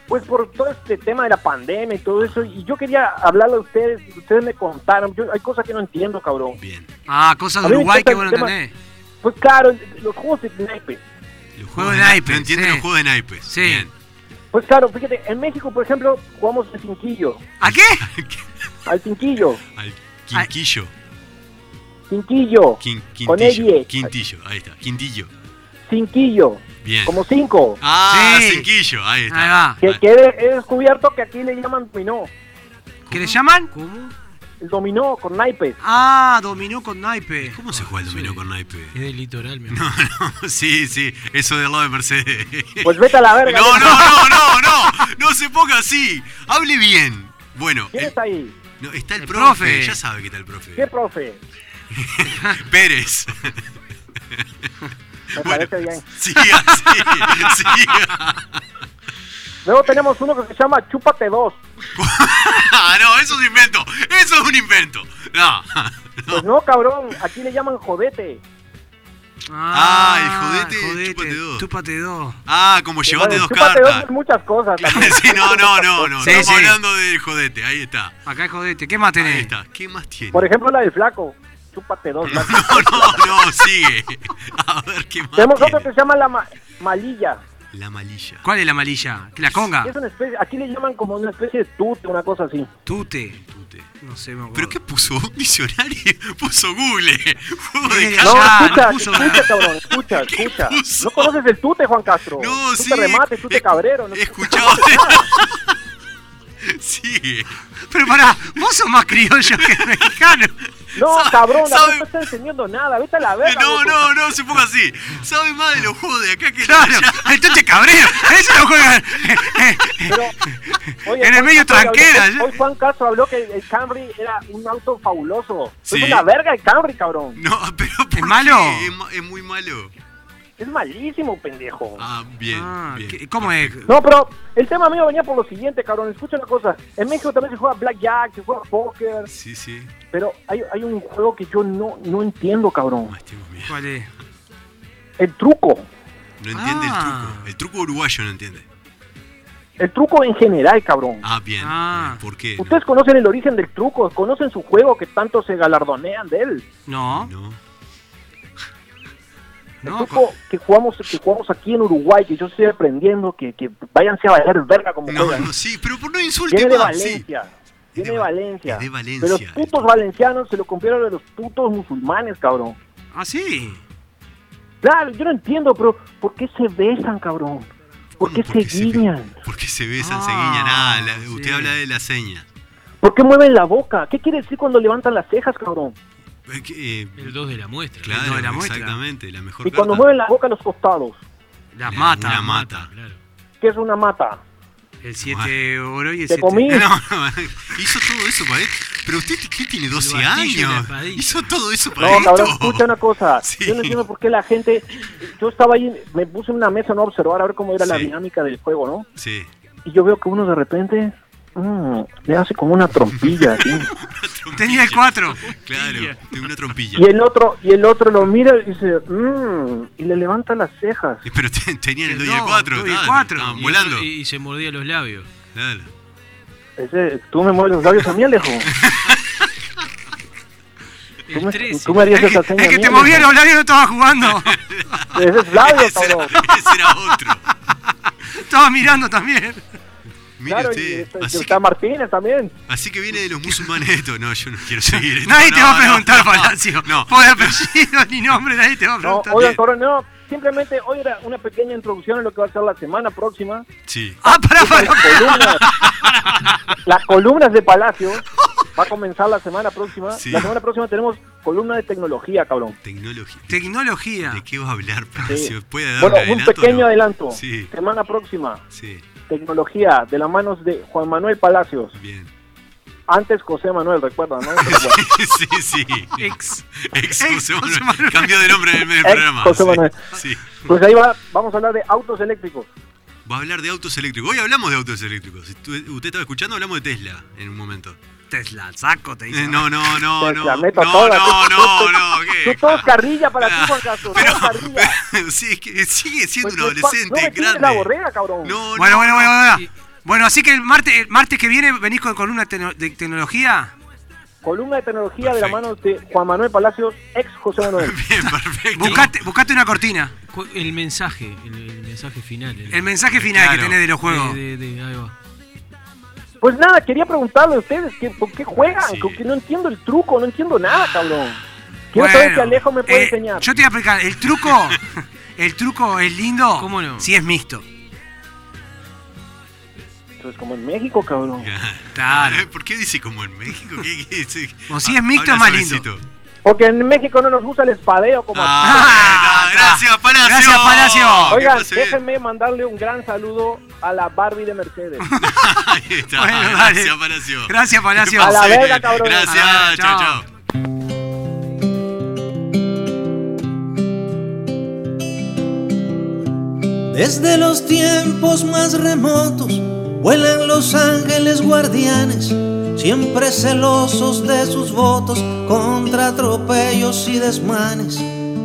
Speaker 8: Pues por todo este tema de la pandemia y todo eso, y yo quería hablarle a ustedes, ustedes me contaron, yo, hay cosas que no entiendo, cabrón.
Speaker 3: Bien.
Speaker 4: Ah, cosas
Speaker 8: A
Speaker 4: de
Speaker 8: ver,
Speaker 4: Uruguay
Speaker 8: ¿qué
Speaker 4: que
Speaker 8: tal
Speaker 4: bueno
Speaker 8: el tema?
Speaker 4: entendés.
Speaker 8: Pues claro, los juegos de naipes.
Speaker 3: Los
Speaker 4: Juego de
Speaker 3: na-
Speaker 4: naipes,
Speaker 3: No entiende
Speaker 4: sí.
Speaker 3: los juegos de naipes.
Speaker 4: Sí.
Speaker 3: Bien.
Speaker 8: Pues claro, fíjate, en México, por ejemplo, jugamos al cinquillo,
Speaker 4: ¿A qué?
Speaker 8: al cinquillo.
Speaker 3: Al quinquillo.
Speaker 8: Cinquillo.
Speaker 3: Quin-
Speaker 8: Con
Speaker 3: quintillo.
Speaker 8: Eddie.
Speaker 3: Quintillo, ahí está. Quintillo.
Speaker 8: Cinquillo.
Speaker 3: Bien.
Speaker 8: Como cinco.
Speaker 3: Ah,
Speaker 4: Sí.
Speaker 3: cinquillo, ahí está.
Speaker 4: Ahí va.
Speaker 8: Que,
Speaker 3: Ahí.
Speaker 8: que he, he descubierto que aquí le llaman dominó.
Speaker 4: ¿Qué le llaman?
Speaker 8: El dominó con naipes.
Speaker 4: Ah, dominó con naipe.
Speaker 3: ¿Cómo se juega el dominó con naipe?
Speaker 5: Es del litoral, mi
Speaker 3: No,
Speaker 5: amor.
Speaker 3: no, sí, sí, eso del lado de Mercedes.
Speaker 8: Pues vete a la verga.
Speaker 3: No,
Speaker 8: viejo.
Speaker 3: no, no, no, no, no se ponga así. Hable bien. Bueno,
Speaker 8: ¿Quién
Speaker 3: el-
Speaker 8: está ahí?
Speaker 3: no, está el,
Speaker 4: El
Speaker 3: profe.
Speaker 4: profe.
Speaker 3: ya sabe que está el profe.
Speaker 8: ¿Qué profe?
Speaker 3: Pérez.
Speaker 8: Me
Speaker 3: Bueno, ah,
Speaker 8: parece bien.
Speaker 3: siga, siga, siga.
Speaker 8: Luego tenemos uno que se llama Chúpate 2.
Speaker 3: Ah, no, eso es un invento, eso es un invento. No, no.
Speaker 8: Pues no, cabrón. Aquí le llaman jodete.
Speaker 3: Ah, el jodete, chúpate dos.
Speaker 4: Chúpate dos.
Speaker 3: Ah, como llevate
Speaker 8: Bueno,
Speaker 3: dos
Speaker 8: chúpate
Speaker 3: cartas.
Speaker 8: dos es muchas cosas. también.
Speaker 3: Sí, no, no, no, no.
Speaker 4: Sí,
Speaker 3: Estamos
Speaker 4: sí.
Speaker 3: hablando del jodete, ahí está.
Speaker 4: Acá el jodete. ¿Qué más
Speaker 3: Ahí
Speaker 4: tenés?
Speaker 3: está. ¿Qué más tiene?
Speaker 8: Por ejemplo, la del flaco. Chúpate dos. más.
Speaker 3: No, no, no, sigue. A ver qué más.
Speaker 8: Tenemos otro
Speaker 3: tiene.
Speaker 8: que se llama la ma- malilla.
Speaker 3: La malilla.
Speaker 4: ¿Cuál es la malilla? ¿La
Speaker 3: Ah.
Speaker 4: conga?
Speaker 8: Es una especie, aquí le llaman como una especie de tute, una cosa así.
Speaker 4: Tute.
Speaker 3: Tute.
Speaker 4: No sé, me acuerdo.
Speaker 3: ¿Pero qué puso? ¿Un diccionario? Puso Google. Juego de
Speaker 4: Eh,
Speaker 3: ca-
Speaker 8: No,
Speaker 4: Ah,
Speaker 8: escucha,
Speaker 4: lo puso,
Speaker 8: escucha,
Speaker 4: ¿verdad?
Speaker 8: cabrón, escucha, escucha.
Speaker 3: puso?
Speaker 8: No conoces el tute, Juan Castro.
Speaker 3: No,
Speaker 8: tute
Speaker 3: sí.
Speaker 8: remate, tute
Speaker 3: he-
Speaker 8: cabrero. No
Speaker 3: He escuchado. Sigue.
Speaker 4: Pero pará, vos sos más criollo que mexicano.
Speaker 8: No,
Speaker 3: Sabe-
Speaker 8: cabrón, la
Speaker 3: sabe-
Speaker 8: verdad no estás entendiendo nada. Vete a la verga.
Speaker 3: No,
Speaker 8: loco.
Speaker 3: no, no, se ponga así. Sabe más de los juegos de acá que de
Speaker 4: Claro,
Speaker 3: allá.
Speaker 4: entonces cabrero. Eso lo juegan.
Speaker 8: Pero, oye,
Speaker 4: En el medio
Speaker 8: Juan Castro habló-
Speaker 4: tranquera,
Speaker 8: Hoy,
Speaker 4: ya.
Speaker 8: hoy Juan Castro habló que el Camry era un auto fabuloso.
Speaker 3: Sí.
Speaker 8: Es una verga el Camry, cabrón.
Speaker 3: No, pero ¿por qué?
Speaker 4: malo?
Speaker 3: Es, ma- es muy malo.
Speaker 8: Es malísimo, pendejo.
Speaker 3: Ah, bien.
Speaker 4: Ah,
Speaker 3: bien.
Speaker 4: ¿qué- ¿Cómo es?
Speaker 8: No, pero el tema mío venía por lo siguiente, cabrón. Escucha una cosa. En México también se juega blackjack, se juega póker.
Speaker 3: Sí, sí.
Speaker 8: Pero hay, hay un juego que yo no, no entiendo, cabrón.
Speaker 3: Más tengo miedo.
Speaker 4: ¿Cuál es?
Speaker 8: El truco.
Speaker 3: No entiende el
Speaker 4: Ah.
Speaker 3: truco. El truco uruguayo no entiende.
Speaker 8: El truco en general, cabrón.
Speaker 3: Ah, bien.
Speaker 4: Ah.
Speaker 3: ¿Por qué? No.
Speaker 8: Ustedes conocen el origen del truco, conocen su juego que tanto se galardonean de él.
Speaker 4: No,
Speaker 3: No.
Speaker 8: El
Speaker 4: no.
Speaker 8: truco
Speaker 3: pues.
Speaker 8: que jugamos, que jugamos aquí en Uruguay, que yo estoy aprendiendo, que, que váyanse a bailar verga como
Speaker 3: No,
Speaker 8: juegan.
Speaker 3: no, sí, pero por no insulte
Speaker 8: Viene de
Speaker 3: más, sí.
Speaker 8: Valencia. Viene
Speaker 3: de
Speaker 8: de
Speaker 3: Va-
Speaker 8: Valencia.
Speaker 3: es de Valencia,
Speaker 8: Pero
Speaker 3: el
Speaker 8: los
Speaker 3: truco.
Speaker 8: putos valencianos se lo compraron de los putos musulmanes, cabrón.
Speaker 4: Ah, sí.
Speaker 8: Claro, yo no entiendo, pero ¿por qué se besan, cabrón? ¿Por
Speaker 3: ¿Cómo?
Speaker 8: qué se
Speaker 3: ve-
Speaker 8: guiñan?
Speaker 3: ¿Por qué se besan, se
Speaker 4: Ah,
Speaker 3: guiñan? Ah, la-
Speaker 4: sí.
Speaker 3: usted habla de la seña.
Speaker 8: ¿Por qué mueven la boca? ¿Qué quiere decir cuando levantan las cejas, cabrón?
Speaker 3: Eh, que, eh,
Speaker 5: El 2 de la muestra.
Speaker 3: claro,
Speaker 4: no, de la muestra.
Speaker 3: exactamente, la mejor
Speaker 8: Y cuando
Speaker 3: carta.
Speaker 8: mueven la boca a los costados,
Speaker 4: La
Speaker 3: La-
Speaker 4: mata.
Speaker 3: una mata.
Speaker 5: Claro.
Speaker 8: que es una mata.
Speaker 4: El 7 oro y el
Speaker 8: Te
Speaker 4: 7.
Speaker 8: comí.
Speaker 3: No, no, hizo todo eso para esto. Pero usted, ¿qué tiene? ¿12
Speaker 5: batillo, la
Speaker 3: años?
Speaker 5: espadilla.
Speaker 3: Hizo todo eso para
Speaker 8: No,
Speaker 3: esto.
Speaker 8: cabrón, escucha una cosa.
Speaker 3: Pues Sí.
Speaker 8: Yo no entiendo por qué la gente. Yo estaba ahí, me puse en una mesa no a observar a ver cómo era la
Speaker 3: Sí.
Speaker 8: dinámica del juego, ¿no?
Speaker 3: Sí,
Speaker 8: Y yo veo que uno de repente mm, le hace como una trompilla. así.
Speaker 4: Tenía el 4.
Speaker 3: claro, de una trompilla.
Speaker 8: Y el otro y el otro lo mira y dice, mm, y le levanta las cejas.
Speaker 3: Eh, Pero te- tenían el
Speaker 4: El
Speaker 3: 2 y el
Speaker 4: dos,
Speaker 3: 4.
Speaker 4: dos y el cuatro.
Speaker 3: Estaban
Speaker 5: Y-
Speaker 3: volando.
Speaker 5: Y, y se mordía los labios.
Speaker 3: Claro.
Speaker 8: Ese, tú me mueves los labios a mí, Alejo. Tú
Speaker 5: El
Speaker 8: me,
Speaker 5: 13.
Speaker 8: tú me harías esa seña.
Speaker 4: Es que
Speaker 8: a
Speaker 4: te
Speaker 8: mí, Alejo.
Speaker 4: movía los labios y no estabas jugando.
Speaker 8: Ese es labio,
Speaker 3: Ese era,
Speaker 8: cabrón.
Speaker 3: ese era otro.
Speaker 4: Estabas mirando también.
Speaker 3: Mire
Speaker 8: Claro, y
Speaker 3: usted.
Speaker 8: este-
Speaker 3: Así
Speaker 8: está
Speaker 3: que,
Speaker 8: Martínez también.
Speaker 3: así que viene de los musulmanes esto. No, yo no quiero seguir. esto,
Speaker 4: Nadie te
Speaker 3: no,
Speaker 4: va a
Speaker 3: no,
Speaker 4: preguntar,
Speaker 3: no,
Speaker 4: Palacio.
Speaker 3: No,
Speaker 4: Por apellido ni nombre, nadie te va a
Speaker 8: No,
Speaker 4: preguntar.
Speaker 8: oigan, cabrón, no. Simplemente hoy era una pequeña introducción en lo que va a ser la semana próxima.
Speaker 3: sí.
Speaker 4: Ah, pará, pará.
Speaker 8: Las columnas, las columnas de Palacio va a comenzar la semana próxima.
Speaker 3: Sí.
Speaker 8: La semana próxima tenemos columna de tecnología, cabrón.
Speaker 3: Tecnología.
Speaker 4: Tecnología.
Speaker 3: ¿De qué vas a hablar?
Speaker 8: Sí.
Speaker 3: ¿Se puede dar
Speaker 8: Bueno,
Speaker 3: un Ah,
Speaker 8: un
Speaker 3: adelanto o
Speaker 8: pequeño
Speaker 3: no?
Speaker 8: adelanto.
Speaker 3: Sí.
Speaker 8: Semana próxima,
Speaker 3: Sí,
Speaker 8: tecnología de las manos de Juan Manuel Palacios.
Speaker 3: bien.
Speaker 8: Antes José Manuel, recuerda, ¿no? Pero bueno.
Speaker 3: sí, sí.
Speaker 4: Ex.
Speaker 3: Ex
Speaker 4: Ex
Speaker 3: José Manuel.
Speaker 4: José Manuel.
Speaker 3: Cambió de nombre en el medio del
Speaker 8: Ex
Speaker 3: programa.
Speaker 8: José
Speaker 3: sí,
Speaker 8: Manuel.
Speaker 3: sí.
Speaker 8: Pues ahí va, vamos a hablar de autos eléctricos.
Speaker 3: Va a hablar de autos eléctricos. Hoy hablamos de autos eléctricos. Si tú- Usted estaba escuchando, hablamos de Tesla en un momento.
Speaker 4: Tesla, saco, te
Speaker 3: Eh,
Speaker 4: dice.
Speaker 3: No, no, no,
Speaker 8: Te
Speaker 3: no.
Speaker 8: Pues la
Speaker 3: No,
Speaker 8: meto toda.
Speaker 3: no,
Speaker 8: Tú-
Speaker 3: no,
Speaker 8: tú-
Speaker 3: no. ¿qué?
Speaker 8: Tú todo es carrilla para ti, Juan Castro.
Speaker 3: Ah, Pero,
Speaker 8: todo es carrilla.
Speaker 3: pero sí, es que sigue siendo un
Speaker 8: Pues, pues, pa- no
Speaker 3: adolescente
Speaker 8: me tires
Speaker 3: grande.
Speaker 8: la borrega, cabrón.
Speaker 3: No,
Speaker 4: Bueno,
Speaker 3: no.
Speaker 4: bueno, bueno, bueno. Bueno, así que el martes, el martes que viene venís con columna tecno- de tecnología.
Speaker 8: Columna de tecnología de la
Speaker 3: Perfecto.
Speaker 8: mano de Juan Manuel Palacios, ex José Manuel.
Speaker 3: Bien, perfecto.
Speaker 4: Buscate, buscate una cortina.
Speaker 5: Cu- El mensaje, el, el mensaje final. El,
Speaker 4: El mensaje final
Speaker 3: Eh, Claro.
Speaker 4: que tenés de los juegos.
Speaker 5: de- de- de- ahí va.
Speaker 8: Pues nada, quería preguntarle a ustedes que, por qué juegan,
Speaker 3: Sí.
Speaker 8: con que no entiendo el truco, no entiendo nada, cabrón. Quiero saber si
Speaker 4: Bueno,
Speaker 8: Alejo me puede
Speaker 4: eh,
Speaker 8: enseñar.
Speaker 4: Yo te voy a explicar. El truco, el truco es lindo
Speaker 5: ¿Cómo no?
Speaker 4: si es mixto.
Speaker 8: Eso es Pues como en México, cabrón.
Speaker 4: Claro.
Speaker 3: ¿Por qué dice como en México? ¿Qué, qué- sí.
Speaker 4: O si es mixto,
Speaker 3: Habla
Speaker 4: es más lindo.
Speaker 3: suavecito.
Speaker 8: Porque en México no nos gusta el espadeo como a-
Speaker 3: Ah, pues,
Speaker 4: Ah,
Speaker 3: bueno, gracias, Palacio.
Speaker 4: Gracias, Palacio.
Speaker 3: Que
Speaker 8: Oigan,
Speaker 3: pase bien.
Speaker 8: déjenme mandarle un gran saludo a la Barbie de Mercedes.
Speaker 3: Ahí está,
Speaker 4: Bueno, dale.
Speaker 3: gracias, Palacio.
Speaker 4: Gracias, Palacio.
Speaker 8: A la
Speaker 3: Pase bien.
Speaker 8: verga, cabrón.
Speaker 3: Gracias,
Speaker 4: A la-
Speaker 3: chao,
Speaker 4: chao.
Speaker 3: chao.
Speaker 1: Desde los tiempos más remotos vuelan los ángeles guardianes, siempre celosos de sus votos contra atropellos y desmanes,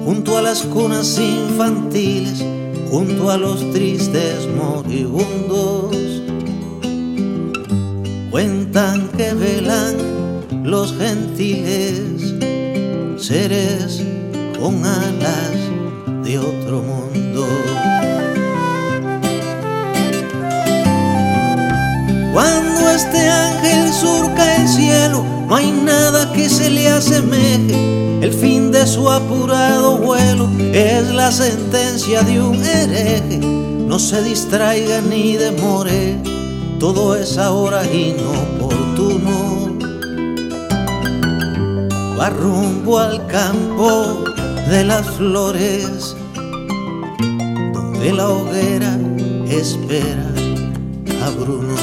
Speaker 1: junto a las cunas infantiles, junto a los tristes moribundos. Cuentan que velan los gentiles seres con alas de otro mundo. Cuando este ángel surca el cielo, no hay nada que se le asemeje. El fin de su apurado vuelo es la sentencia de un hereje. No se distraiga ni demore, todo es ahora inoportuno. Va rumbo al campo de las flores, donde la hoguera espera a Bruno.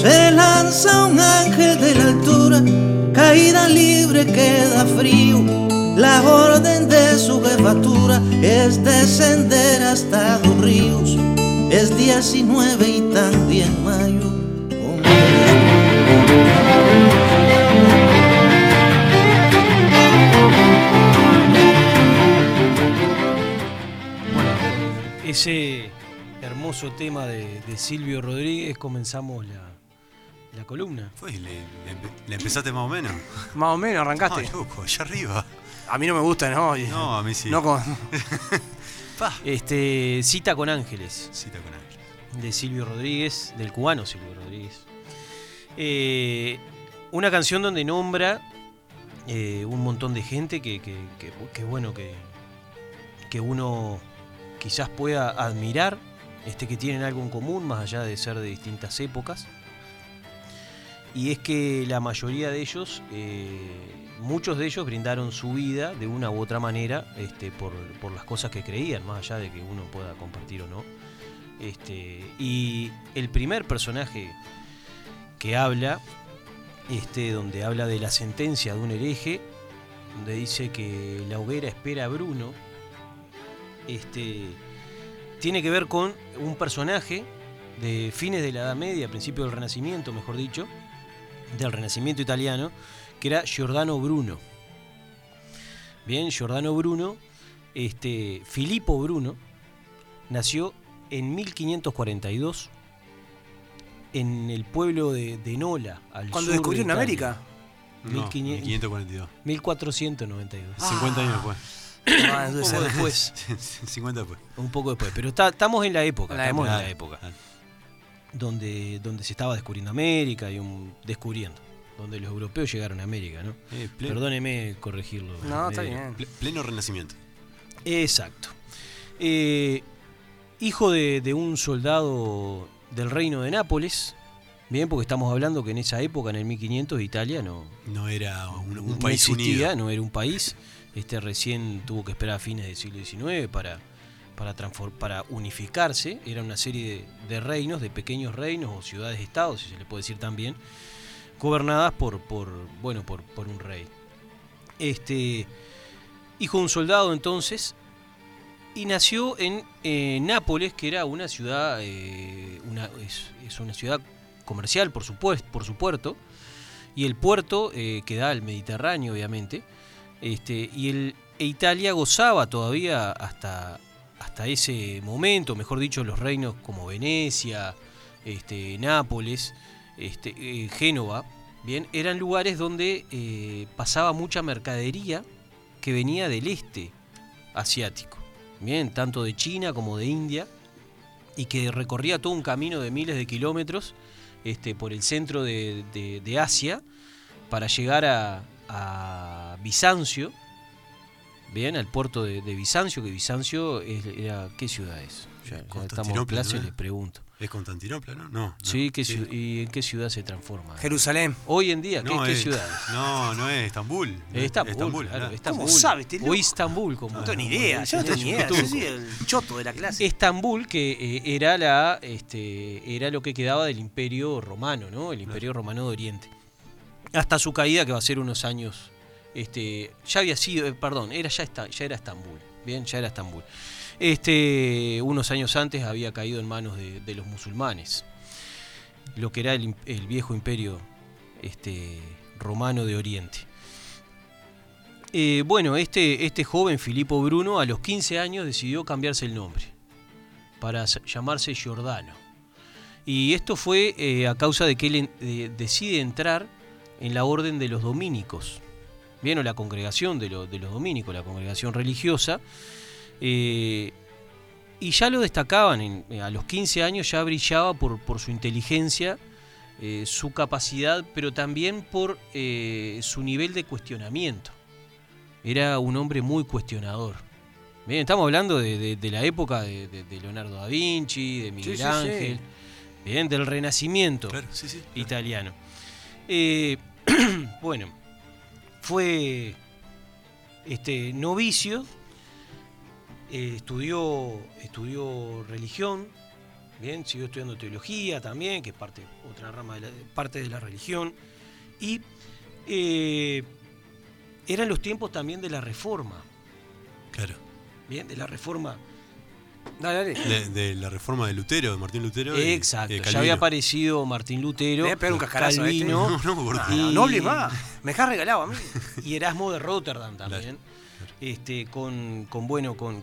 Speaker 1: Se lanza un ángel de la altura, caída libre queda frío. La orden de su jefatura es descender hasta los ríos. Es 19 y también mayo. hombre.
Speaker 6: Ese hermoso tema de, de Silvio Rodríguez comenzamos la, la columna.
Speaker 3: Fue, le, le empe- le empezaste más o menos.
Speaker 4: Más o menos,
Speaker 3: No,
Speaker 4: arrancaste.
Speaker 3: loco, allá arriba.
Speaker 4: A mí no me gusta, ¿no?
Speaker 3: No, a mí sí.
Speaker 4: Eh, No con-
Speaker 6: Este, Cita con Ángeles,
Speaker 3: Cita con Ángel.
Speaker 6: de Silvio Rodríguez, del cubano Silvio Rodríguez. Eh, una canción donde nombra eh, un montón de gente que, que, que- que bueno que, que uno quizás pueda admirar, este, que tienen algo en común, más allá de ser de distintas épocas. Y es que la mayoría de ellos, eh, muchos de ellos brindaron su vida de una u otra manera este, por, por las cosas que creían, más allá de que uno pueda compartir o no. Este, y el primer personaje que habla, este, donde habla de la sentencia de un hereje, donde dice que la hoguera espera a Bruno, este, tiene que ver con un personaje de fines de la Edad Media, principio del Renacimiento, mejor dicho, del Renacimiento italiano, que era Giordano Bruno. Bien, Giordano Bruno, este, Filippo Bruno, nació en 1542 en el pueblo de, de Nola, al
Speaker 4: Cuando
Speaker 6: sur de
Speaker 4: descubrieron
Speaker 6: Italia.
Speaker 4: América.
Speaker 3: No,
Speaker 6: 1500.
Speaker 3: 1542.
Speaker 6: 1492.
Speaker 3: 50 años después.
Speaker 4: Ah,
Speaker 6: Un
Speaker 4: debe
Speaker 6: poco
Speaker 4: ser.
Speaker 6: después,
Speaker 3: 50 después.
Speaker 6: un poco después, pero está- estamos en la época,
Speaker 4: La
Speaker 6: estamos
Speaker 4: época.
Speaker 6: en la época donde, donde se estaba descubriendo América y un descubriendo, donde los europeos llegaron a América, ¿no?
Speaker 3: Eh, ple-
Speaker 6: Perdóneme corregirlo.
Speaker 4: No, está
Speaker 6: medio.
Speaker 4: bien.
Speaker 3: ple- pleno renacimiento.
Speaker 6: Exacto. Eh, hijo de, de un soldado del reino de Nápoles, bien, porque estamos hablando que en esa época, en el 1500, Italia no,
Speaker 3: No era un, un
Speaker 6: no
Speaker 3: país
Speaker 6: existía,
Speaker 3: unido.
Speaker 6: no era un país. Este recién tuvo que esperar a fines del siglo XIX para, para, transfor- para unificarse. Era una serie de, de reinos, de pequeños reinos o ciudades-estados, si se le puede decir también, gobernadas por, por, bueno, por, por un rey. Este, hijo de un soldado entonces, y nació en eh, Nápoles, que era una ciudad, eh, una, es, es una ciudad comercial por, supuesto, por su puerto, y el puerto eh, que da al Mediterráneo, obviamente. Este, y el, e Italia gozaba todavía hasta, hasta ese momento, mejor dicho, los reinos como Venecia, este, Nápoles, este, eh, Génova, bien, eran lugares donde eh, pasaba mucha mercadería que venía del este asiático, bien, tanto de China como de India, y que recorría todo un camino de miles de kilómetros este, por el centro de, de- de Asia para llegar a, a Bizancio, bien, al puerto de, de Bizancio, que Bizancio es- era, ¿qué ciudad es? Ya, ya estamos en
Speaker 3: Constantinopla,
Speaker 6: clase,
Speaker 3: ¿no?
Speaker 6: les pregunto.
Speaker 3: Es Constantinopla, ¿no? No. Eh, no.
Speaker 6: Sí, ¿qué ciu- ¿y en qué ciudad se transforma?
Speaker 4: Jerusalén.
Speaker 6: Hoy en día, ¿qué,
Speaker 3: No,
Speaker 6: qué
Speaker 3: es-
Speaker 6: ciudad es?
Speaker 3: No, no es Estambul.
Speaker 6: Eh, Estambul, claro,
Speaker 3: claro.
Speaker 6: Estambul.
Speaker 4: ¿Cómo sabe este
Speaker 6: O
Speaker 4: loco?
Speaker 6: Istambul, como.
Speaker 4: No tengo ni idea, yo no tengo ni idea. Yo soy el choto de la clase.
Speaker 6: Estambul, que eh, era la este, era lo que quedaba del Imperio Romano, ¿no? El Imperio Romano de Oriente. Hasta su caída, que va a ser unos años. Este, ya había sido, eh, perdón, era ya, esta- ya era Estambul. Bien, ya era Estambul. Este, unos años antes había caído en manos de, de los musulmanes. Lo que era el, im- el viejo imperio este, romano de Oriente. Eh, bueno, este, este joven Filipo Bruno a los 15 años decidió cambiarse el nombre para s- llamarse Giordano. Y esto fue eh, a causa de que él en- de- decide entrar en la orden de los dominicos. Bien, o la congregación de, lo- de los dominicos, la congregación religiosa. Eh, y ya lo destacaban, en- eh, a los 15 años ya brillaba por, por su inteligencia, eh, su capacidad, pero también por eh, su nivel de cuestionamiento era un hombre muy cuestionador. Bien, estamos hablando de, de- de la época de, de- de Leonardo da Vinci, de Miguel
Speaker 4: sí, sí.
Speaker 6: Ángel, bien, del Renacimiento
Speaker 3: Claro, sí, sí.
Speaker 6: italiano. Eh, bueno, fue este novicio, eh, estudió, estudió religión, bien, siguió estudiando teología también, que es parte, otra rama de la, parte de la religión, y eh, eran los tiempos también de la reforma,
Speaker 3: Claro.
Speaker 6: bien, de la reforma
Speaker 4: Dale, dale.
Speaker 3: De, de la reforma de Lutero, de Martín Lutero. y,
Speaker 6: exacto,
Speaker 3: eh,
Speaker 6: ya había
Speaker 3: Calvino.
Speaker 6: aparecido Martín Lutero,
Speaker 4: Le voy a pegar un cascarazo a este.
Speaker 6: Calvino,
Speaker 3: No, no, gordo.
Speaker 4: Ah, no hables más. Me has regalado a mí.
Speaker 6: y Erasmo de Rotterdam también. Este, con, con, bueno, con,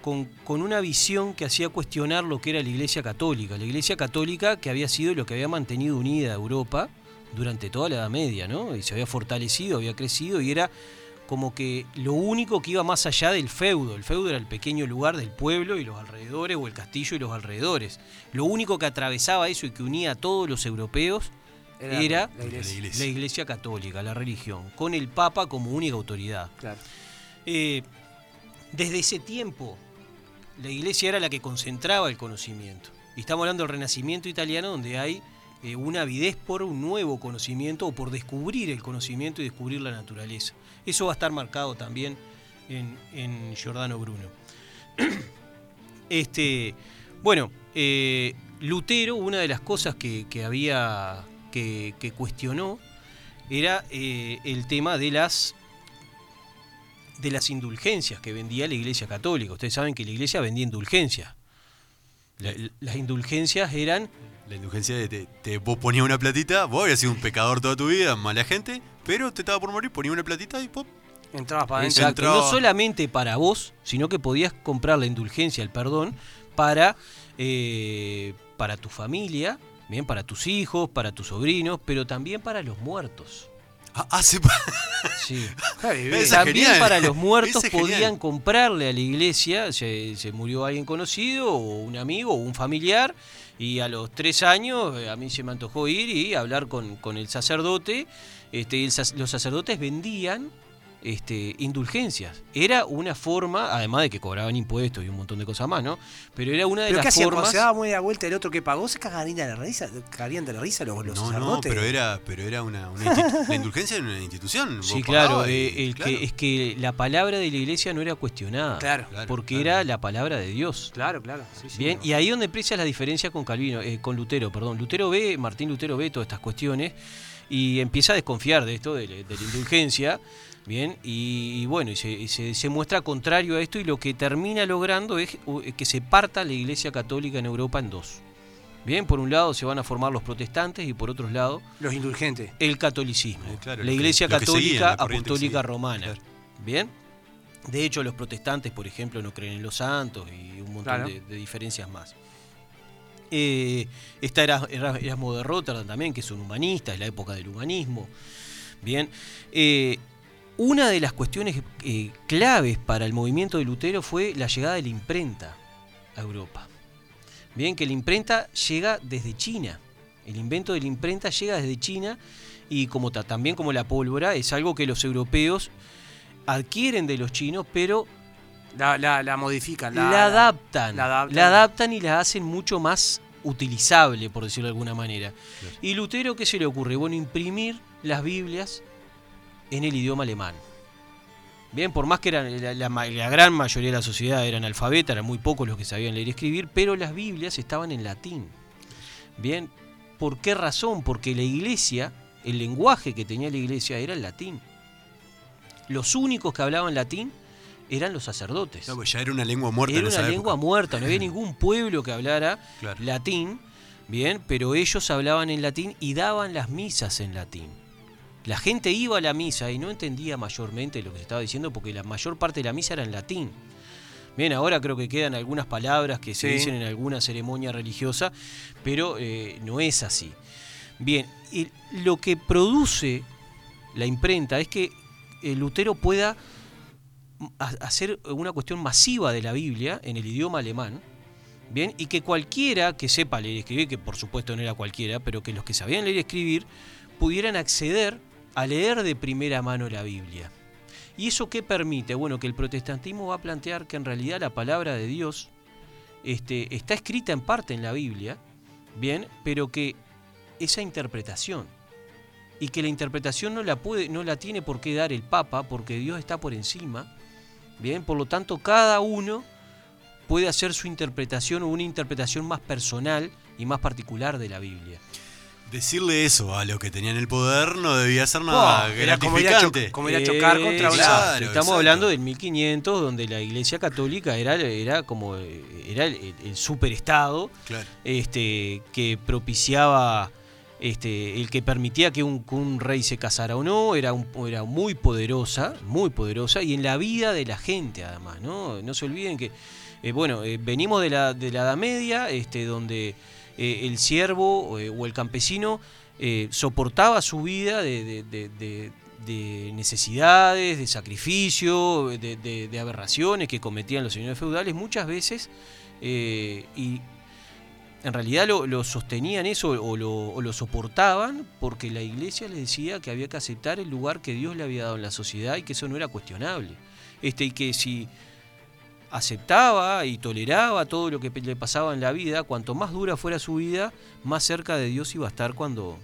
Speaker 6: con, con una visión que hacía cuestionar lo que era la Iglesia Católica. La Iglesia Católica que había sido lo que había mantenido unida a Europa durante toda la Edad Media, ¿no? Y se había fortalecido, había crecido y era como que lo único que iba más allá del feudo. El feudo era el pequeño lugar del pueblo y los alrededores, o el castillo y los alrededores. Lo único que atravesaba eso y que unía a todos los europeos era,
Speaker 4: la
Speaker 3: La
Speaker 4: iglesia.
Speaker 3: iglesia.
Speaker 6: la Iglesia Católica, la religión, con el Papa como única autoridad.
Speaker 4: Claro.
Speaker 6: Eh, desde ese tiempo, la Iglesia era la que concentraba el conocimiento. Y estamos hablando del Renacimiento italiano, donde hay eh, una avidez por un nuevo conocimiento o por descubrir el conocimiento y descubrir la naturaleza. Eso va a estar marcado también en, en Giordano Bruno. Este, bueno, eh, Lutero, una de las cosas que, que había que, que cuestionó era eh, el tema de las de las indulgencias que vendía la Iglesia Católica. Ustedes saben que la Iglesia vendía indulgencias. La- la- las indulgencias eran
Speaker 3: La indulgencia de te, te- vos ponías una platita, vos habías sido un pecador toda tu vida, mala gente, pero te estaba por morir, ponías una platita y pop.
Speaker 4: Entrabas para adentro.
Speaker 6: Exacto,
Speaker 3: entraba-
Speaker 6: no solamente para vos, sino que podías comprar la indulgencia, el perdón, para, eh, para tu familia, bien, para tus hijos, para tus sobrinos, pero también para los muertos.
Speaker 3: Ah, ah, se pa-
Speaker 6: Sí.
Speaker 3: Esa es
Speaker 6: También
Speaker 3: genial.
Speaker 6: para los muertos
Speaker 3: Esa es
Speaker 6: podían
Speaker 3: genial.
Speaker 6: comprarle a la iglesia, se, se murió alguien conocido, o un amigo, o un familiar, y a los tres años eh, a mí se me antojó ir y hablar con, con el sacerdote. Este, y el sac- los sacerdotes vendían este, indulgencias. Era una forma, además de que cobraban impuestos y un montón de cosas más, ¿no? Pero era una de
Speaker 4: ¿Pero qué
Speaker 6: las
Speaker 4: hacían? Cuando
Speaker 6: formas.
Speaker 4: se daba muy de la vuelta el otro que pagó, se cagarían de la risa, cagarían de la risa los, los
Speaker 3: No, no,
Speaker 4: sacerdotes.
Speaker 3: pero era, pero era una, una institu- la indulgencia era una institución. vos
Speaker 6: Sí, claro,
Speaker 3: pagabas y-
Speaker 6: eh, el
Speaker 3: claro.
Speaker 6: Que, es que la palabra de la iglesia no era cuestionada,
Speaker 4: Claro.
Speaker 3: Claro,
Speaker 6: porque
Speaker 3: claro.
Speaker 6: era la palabra de Dios.
Speaker 4: Claro, claro. sí, sí,
Speaker 6: Bien,
Speaker 4: no.
Speaker 6: y ahí donde empieza la diferencia con Calvino, eh, con Lutero, perdón. Lutero ve, Martín Lutero ve todas estas cuestiones y empieza a desconfiar de esto, de, la- de la indulgencia, bien, y, y bueno, y se, y se- se muestra contrario a esto y lo que termina logrando es u- que se parta la Iglesia Católica en Europa en dos. Bien, por un lado se van a formar los protestantes y por otro lado
Speaker 4: Los indulgentes.
Speaker 6: el catolicismo,
Speaker 3: Eh, claro,
Speaker 6: la
Speaker 3: lo que-
Speaker 6: Iglesia
Speaker 3: lo que
Speaker 6: Católica
Speaker 3: seguían, la corriente que
Speaker 6: Apostólica
Speaker 3: seguían,
Speaker 6: Romana.
Speaker 3: claro.
Speaker 6: ¿Bien? De hecho, los protestantes, por ejemplo, no creen en los santos y un montón
Speaker 4: Claro.
Speaker 6: de, de diferencias más. Eh, está Eras- Eras- Erasmo de Rotterdam también, que es un humanista, es la época del humanismo. Bien. Eh, una de las cuestiones eh, claves para el movimiento de Lutero fue la llegada de la imprenta a Europa. Bien, que la imprenta llega desde China. El invento de la imprenta llega desde China y como ta- también como la pólvora, es algo que los europeos adquieren de los chinos, pero
Speaker 4: La, la, la modifican. La,
Speaker 6: la,
Speaker 4: la-
Speaker 6: adaptan,
Speaker 4: la
Speaker 6: la
Speaker 4: adaptan.
Speaker 6: adaptan. y la hacen mucho más utilizable, por decirlo de alguna manera. Y Lutero, ¿qué se le ocurre? Bueno, imprimir las Biblias en el idioma alemán. Bien, por más que eran, la, la ma- la gran mayoría de la sociedad eran analfabeta, eran muy pocos los que sabían leer y escribir, pero las Biblias estaban en latín. Bien, ¿por qué razón? Porque la iglesia, el lenguaje que tenía la iglesia era el latín. Los únicos que hablaban latín eran los sacerdotes.
Speaker 3: No, pues ya era una lengua muerta en
Speaker 6: Era
Speaker 3: esa
Speaker 6: una lengua
Speaker 3: época.
Speaker 6: muerta, no había ningún pueblo que hablara
Speaker 3: Claro.
Speaker 6: latín, bien, pero ellos hablaban en latín y daban las misas en latín. La gente iba a la misa y no entendía mayormente lo que se estaba diciendo porque la mayor parte de la misa era en latín. Bien, ahora creo que quedan algunas palabras que se
Speaker 4: Sí.
Speaker 6: dicen en alguna ceremonia religiosa, pero eh, no es así. Bien, y lo que produce la imprenta es que el Lutero pueda ha- hacer una cuestión masiva de la Biblia en el idioma alemán, ¿bien? Y que cualquiera que sepa leer y escribir, que por supuesto no era cualquiera, pero que los que sabían leer y escribir pudieran acceder a leer de primera mano la Biblia. ¿Y eso qué permite? Bueno, que el protestantismo va a plantear que en realidad la palabra de Dios este, está escrita en parte en la Biblia, ¿bien? Pero que esa interpretación y que la interpretación no la puede no la tiene por qué dar el papa porque Dios está por encima. Bien, por lo tanto cada uno puede hacer su interpretación o una interpretación más personal y más particular de la Biblia.
Speaker 3: Decirle eso a los que tenían el poder no debía ser nada
Speaker 4: Buah, era como ir a cho-
Speaker 3: gratificante.
Speaker 4: como ir a chocar contra
Speaker 6: Exacto,
Speaker 4: un
Speaker 3: Claro,
Speaker 6: Eh, Estamos
Speaker 3: exacto.
Speaker 6: hablando del 1500 donde la Iglesia Católica era era como eh, era el, el- el superestado
Speaker 3: Claro.
Speaker 6: este, que propiciaba, este, el que permitía que un, que un rey se casara o no, era, un- era muy poderosa, muy poderosa, y en la vida de la gente además, ¿no? No se olviden que, eh, bueno, eh, venimos de la, de la Edad Media, este, donde eh, el siervo eh, o el campesino eh, soportaba su vida de... de- de- de- de necesidades, de sacrificio, de, de- de aberraciones que cometían los señores feudales muchas veces eh, y, en realidad lo, lo sostenían eso o lo, o lo soportaban porque la iglesia les decía que había que aceptar el lugar que Dios le había dado en la sociedad y que eso no era cuestionable. Este, y que si aceptaba y toleraba todo lo que pe- le pasaba en la vida, cuanto más dura fuera su vida, más cerca de Dios iba a estar cuando,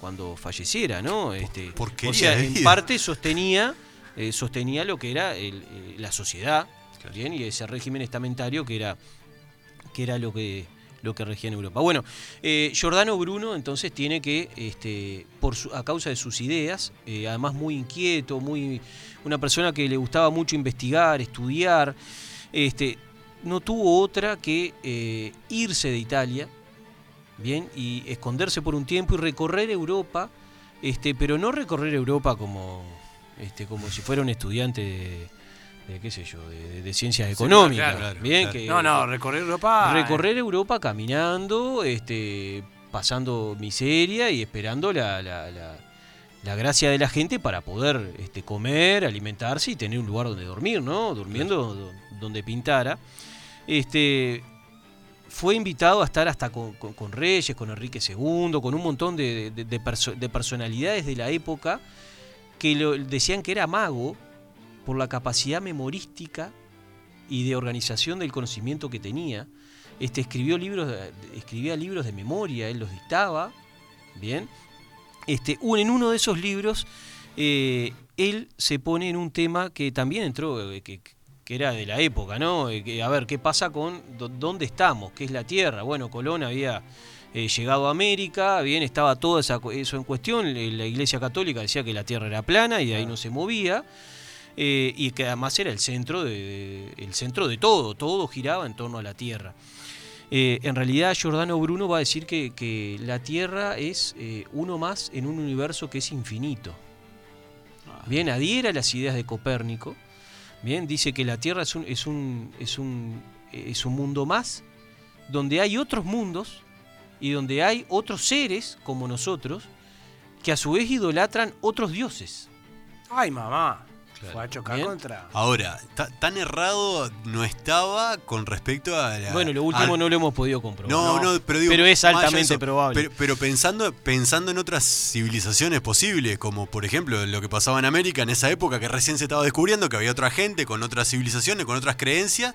Speaker 6: cuando falleciera, ¿no? Este,
Speaker 3: porquería
Speaker 6: o sea,
Speaker 3: de
Speaker 6: en
Speaker 3: vida.
Speaker 6: parte sostenía, eh, sostenía lo que era el- eh, la sociedad, ¿bien? y ese régimen estamentario que era que era lo que lo que regía en Europa. Bueno, eh, Giordano Bruno entonces tiene que, este, por su- a causa de sus ideas, eh, además muy inquieto, muy una persona que le gustaba mucho investigar, estudiar, este, no tuvo otra que eh, irse de Italia, bien, y esconderse por un tiempo y recorrer Europa, este, pero no recorrer Europa como, este, como si fuera un estudiante de, de qué sé yo, de, de- de ciencias económicas,
Speaker 3: claro,
Speaker 6: bien,
Speaker 3: claro.
Speaker 6: que
Speaker 4: No, no, Eh, recorrer Europa.
Speaker 6: recorrer Europa caminando, este, pasando miseria y esperando la, la- la- la gracia de la gente para poder este, comer, alimentarse y tener un lugar donde dormir, ¿no? Durmiendo do- donde pintara. Este, fue invitado a estar hasta con, con- con Reyes, con Enrique II, con un montón de, de- de perso- de personalidades de la época que lo, decían que era mago por la capacidad memorística y de organización del conocimiento que tenía. Este, escribió libros, de- escribía libros de memoria, él los dictaba, bien. Este, un- en uno de esos libros, eh, él se pone en un tema que también entró, eh, que, que era de la época, ¿no? Eh, que, a ver, ¿qué pasa con dó- dónde estamos? ¿Qué es la Tierra? Bueno, Colón había eh, llegado a América, bien, estaba todo esa cu- eso en cuestión. eh, La Iglesia Católica decía que la Tierra era plana y de ahí no se movía. eh, y que además era el centro de, de- el centro de todo, todo giraba en torno a la Tierra. Eh, en realidad, Giordano Bruno va a decir que, que la Tierra es eh, uno más en un universo que es infinito. Bien, adhiera a las ideas de Copérnico. Bien, dice que la Tierra es un, es un, es un, eh, es un mundo más donde hay otros mundos y donde hay otros seres como nosotros que a su vez idolatran otros dioses.
Speaker 4: Ay, mamá. Fue a chocar
Speaker 6: Bien.
Speaker 4: contra.
Speaker 3: Ahora, ta- tan errado no estaba con respecto a la.
Speaker 6: Bueno, lo último
Speaker 3: a-
Speaker 6: no lo hemos podido comprobar.
Speaker 3: Ah. No, no, pero digo.
Speaker 6: Pero es
Speaker 3: más allá de
Speaker 6: altamente
Speaker 3: eso,
Speaker 6: probable.
Speaker 3: Pero, pero pensando, pensando en otras civilizaciones posibles, como por ejemplo lo que pasaba en América en esa época, que recién se estaba descubriendo que había otra gente con otras civilizaciones, con otras creencias,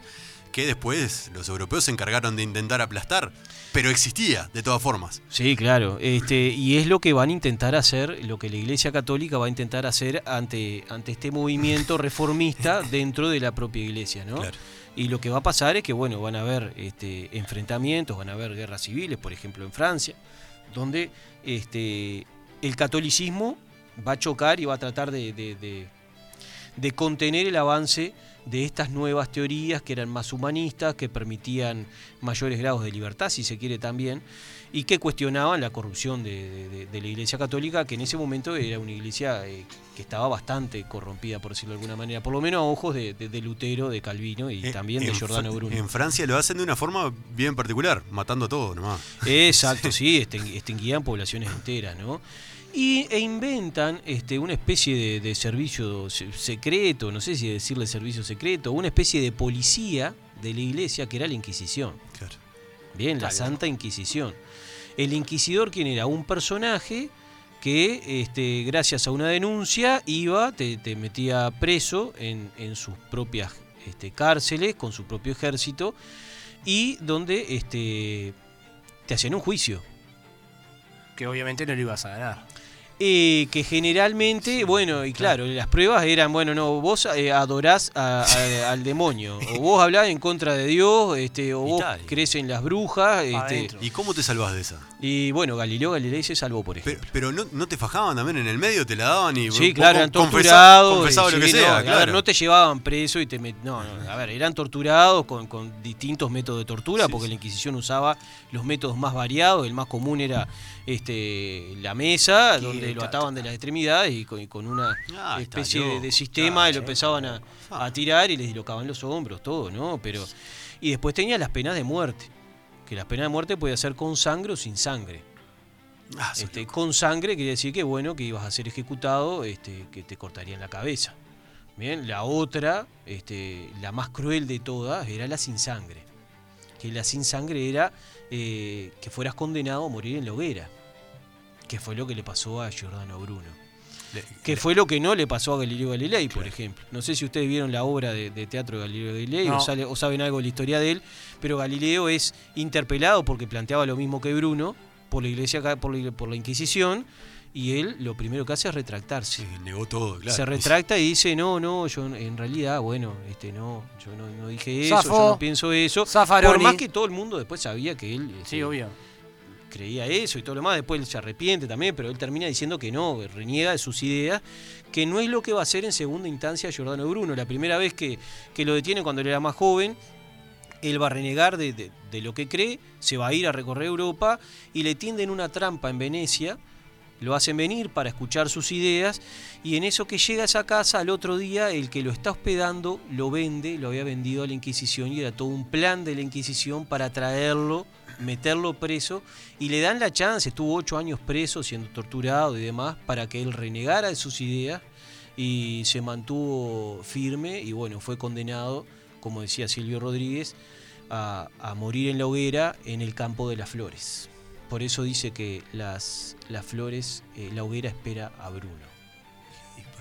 Speaker 3: que después los europeos se encargaron de intentar aplastar. Pero existía, de todas formas.
Speaker 6: Sí, claro. Este, y es lo que van a intentar hacer, lo que la Iglesia Católica va a intentar hacer ante, ante este movimiento reformista dentro de la propia Iglesia, ¿no?
Speaker 3: Claro.
Speaker 6: Y lo que va a pasar es que, bueno, van a haber este, enfrentamientos, van a haber guerras civiles, por ejemplo, en Francia, donde este, el catolicismo va a chocar y va a tratar de, de- de- de contener el avance de estas nuevas teorías que eran más humanistas, que permitían mayores grados de libertad, si se quiere también, y que cuestionaban la corrupción de, de- de- de la Iglesia Católica, que en ese momento era una iglesia eh, que estaba bastante corrompida, por decirlo de alguna manera, por lo menos a ojos de, de- de Lutero, de Calvino y
Speaker 3: Eh,
Speaker 6: también de
Speaker 3: en
Speaker 6: Giordano
Speaker 3: Fra-
Speaker 6: Bruno.
Speaker 3: En Francia lo hacen de una forma bien particular, matando a todos nomás.
Speaker 6: Exacto, sí, extin- extinguían poblaciones enteras, ¿no? Y, e inventan este, una especie de, de servicio se- secreto, no sé si decirle servicio secreto, una especie de policía de la iglesia que era la Inquisición.
Speaker 3: Claro.
Speaker 6: Bien, la Santa Inquisición. El inquisidor, quien era un personaje que, este, gracias a una denuncia, iba, te, te metía preso en, en sus propias este, cárceles, con su propio ejército, y donde este, te hacían un juicio.
Speaker 4: Que obviamente no lo ibas a ganar.
Speaker 6: Eh, que generalmente, bueno, y claro, las pruebas eran, bueno, no, vos eh, adorás a- a- al demonio, o vos hablás en contra de Dios, este, o vos
Speaker 3: Italia.
Speaker 6: crees en las brujas, este,
Speaker 4: adentro.
Speaker 3: ¿Y cómo te salvas de esa?
Speaker 6: y bueno, Galileo Galilei se salvó por
Speaker 3: Pero,
Speaker 6: ejemplo.
Speaker 3: pero no, no te fajaban también en el medio, te la daban y
Speaker 6: sí,
Speaker 3: vos
Speaker 6: claro, eran
Speaker 3: confesa-
Speaker 6: torturados.
Speaker 3: confesabas
Speaker 6: sí,
Speaker 3: lo que
Speaker 6: no,
Speaker 3: sea,
Speaker 6: a ver,
Speaker 3: claro.
Speaker 6: no te llevaban preso y te met- no, no, a ver, eran torturados con, con distintos métodos de tortura, porque la Inquisición usaba los métodos más variados, el más común era este la mesa,
Speaker 4: Sí,
Speaker 6: donde lo
Speaker 4: ta,
Speaker 6: ataban de las extremidades y con, y con una
Speaker 3: Ah, está
Speaker 6: especie de, de
Speaker 3: loco,
Speaker 6: sistema
Speaker 3: claro,
Speaker 6: y lo empezaban a, a tirar y les dislocaban los hombros, todo, ¿no? Pero. Y después tenía las penas de muerte. Que las penas de muerte podía ser con sangre o sin sangre.
Speaker 3: Ah, sí.
Speaker 6: Este, con sangre quería decir que bueno, que ibas a ser ejecutado, este, que te cortarían la cabeza. Bien, la otra, este, la más cruel de todas, era la sin sangre. Que la sin sangre era eh, que fueras condenado a morir en la hoguera. Que fue lo que le pasó a Giordano Bruno.
Speaker 3: Le-
Speaker 6: Que fue lo que no le pasó a Galileo Galilei, por ejemplo. No sé si ustedes vieron la obra de, de teatro de Galileo Galilei o,
Speaker 4: No.
Speaker 6: sale- o saben algo de la historia de él, pero Galileo es interpelado porque planteaba lo mismo que Bruno por la iglesia, ca- por la, igle- por la Inquisición, y él lo primero que hace es retractarse.
Speaker 3: Sí, negó todo, claro.
Speaker 6: Se retracta y dice, no, no, yo en- en realidad, bueno, este no, yo no, no dije eso,
Speaker 4: Zafó.
Speaker 6: yo no pienso eso. Por
Speaker 4: Zaffaroni.
Speaker 6: más que todo el mundo después sabía que él
Speaker 4: Sí,
Speaker 6: este,
Speaker 4: obvio.
Speaker 6: creía eso y todo lo más, después él se arrepiente también, pero él termina diciendo que no, que reniega de sus ideas, que no es lo que va a hacer en segunda instancia Giordano Bruno. La primera vez que, que lo detienen cuando él era más joven, él va a renegar de, de- de lo que cree, se va a ir a recorrer Europa y le tienden una trampa en Venecia, lo hacen venir para escuchar sus ideas y en eso que llega a esa casa al otro día el que lo está hospedando lo vende, lo había vendido a la Inquisición y era todo un plan de la Inquisición para traerlo, meterlo preso y le dan la chance, estuvo ocho años preso siendo torturado y demás para que él renegara de sus ideas y se mantuvo firme y bueno, fue condenado, como decía Silvio Rodríguez, a, a morir en la hoguera en el campo de las flores. Por eso dice que las, las flores, eh, la hoguera espera a Bruno.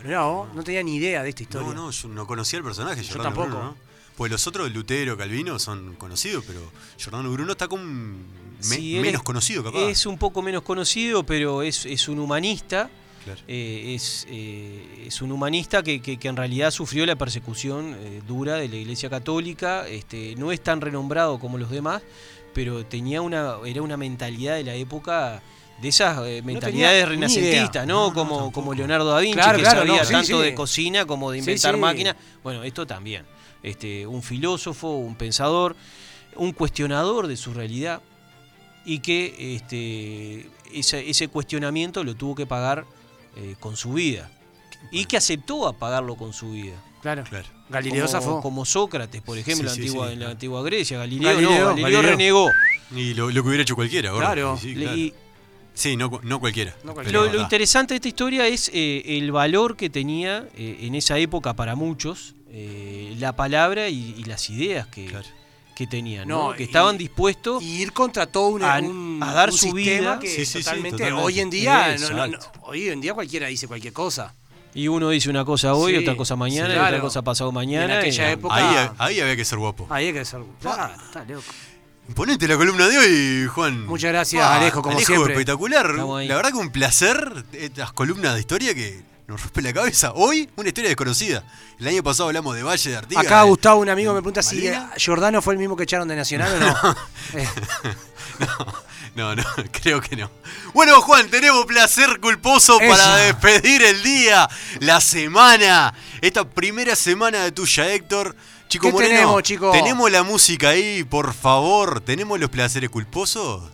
Speaker 4: Mirá vos, no tenía ni idea de esta historia.
Speaker 3: No, no, yo no conocía el personaje,
Speaker 4: Yo
Speaker 3: Giordano
Speaker 4: tampoco.
Speaker 3: Bruno, ¿no? Pues los otros, Lutero, Calvino, son conocidos, pero Giordano Bruno está con me-
Speaker 6: Sí, él
Speaker 3: menos
Speaker 6: es-
Speaker 3: conocido, capaz.
Speaker 6: Es un poco menos conocido, pero es, es un humanista.
Speaker 3: Claro.
Speaker 6: eh, es, eh, es un humanista que, que- que en realidad sufrió la persecución eh, dura de la Iglesia Católica. Este, no es tan renombrado como los demás, pero tenía una, era una mentalidad de la época. De esas eh, mentalidades
Speaker 4: tenía ni
Speaker 6: renacentistas,
Speaker 3: No,
Speaker 6: ¿no?
Speaker 3: no,
Speaker 6: como,
Speaker 3: tampoco.
Speaker 6: como Leonardo da Vinci,
Speaker 4: Claro,
Speaker 6: que
Speaker 4: claro,
Speaker 6: sabía
Speaker 4: no, sí,
Speaker 6: tanto
Speaker 4: sí.
Speaker 6: de cocina como de
Speaker 4: Sí,
Speaker 6: inventar
Speaker 4: sí.
Speaker 6: máquinas. Bueno, esto también. Este, un filósofo, un pensador, un cuestionador de su realidad y que este, ese, ese cuestionamiento lo tuvo que pagar eh, con su vida y que aceptó a pagarlo con su vida.
Speaker 4: Claro.
Speaker 3: Claro.
Speaker 4: Galileo
Speaker 6: Como,
Speaker 4: zafó.
Speaker 6: como Sócrates, por ejemplo,
Speaker 3: Sí, sí,
Speaker 6: en la antigua,
Speaker 3: sí,
Speaker 6: en la
Speaker 3: claro.
Speaker 6: antigua Grecia. Galileo, no,
Speaker 4: Galileo,
Speaker 6: Galileo
Speaker 4: Galileo.
Speaker 6: renegó.
Speaker 3: Y lo, lo que hubiera hecho cualquiera, gordo.
Speaker 4: Claro.
Speaker 3: Sí,
Speaker 6: Le- y
Speaker 3: Sí, no, cu- no cualquiera.
Speaker 4: No cualquiera.
Speaker 3: pero
Speaker 6: Lo,
Speaker 4: Pero
Speaker 6: lo
Speaker 3: está.
Speaker 6: interesante de esta historia es eh, el valor que tenía eh, en esa época para muchos eh, la palabra y, y las ideas que,
Speaker 3: Claro.
Speaker 6: que tenían,
Speaker 4: No,
Speaker 6: ¿no? que
Speaker 4: y-
Speaker 6: estaban dispuestos.
Speaker 4: Y ir contra todo un,
Speaker 6: A-
Speaker 4: un-
Speaker 6: a dar
Speaker 4: un
Speaker 6: su
Speaker 4: sistema
Speaker 6: vida.
Speaker 4: que
Speaker 3: Sí, sí, sí,
Speaker 4: totalmente,
Speaker 3: totalmente.
Speaker 4: hoy en día
Speaker 6: Sí,
Speaker 4: no- no- no-
Speaker 6: exacto.
Speaker 4: hoy en día cualquiera dice cualquier cosa.
Speaker 6: Y uno dice una cosa hoy,
Speaker 4: Sí,
Speaker 6: otra cosa mañana,
Speaker 4: sí,
Speaker 6: y otra
Speaker 4: claro.
Speaker 6: cosa pasado
Speaker 4: Y en
Speaker 6: mañana.
Speaker 4: aquella
Speaker 6: y-
Speaker 4: época
Speaker 6: Ah.
Speaker 3: Ahí, ahí había que ser guapo.
Speaker 4: ahí hay que hacer algo. Ah, está loco.
Speaker 3: Ponete la columna de hoy, Juan. Ah,
Speaker 4: Muchas gracias, Alejo, como siempre.
Speaker 3: espectacular.
Speaker 6: Estamos ahí.
Speaker 3: La verdad que un placer estas columnas de historia que nos rompe la cabeza. Hoy, una historia desconocida. El año pasado hablamos de Valle de Artigas.
Speaker 4: Acá
Speaker 3: de-
Speaker 4: Gustavo, un amigo, me pregunta si
Speaker 3: ¿Malena?
Speaker 4: eh, Giordano fue el mismo que echaron de Nacional o no. Eh,
Speaker 3: No, no, creo que no. Bueno, Juan, tenemos placer culposo
Speaker 4: Eso.
Speaker 3: para despedir el día, la semana, esta primera semana de tuya, Héctor. Chico
Speaker 4: ¿Qué
Speaker 3: Moreno,
Speaker 4: tenemos, chico?
Speaker 3: ¿Tenemos la música ahí, por favor? ¿Tenemos los placeres culposos?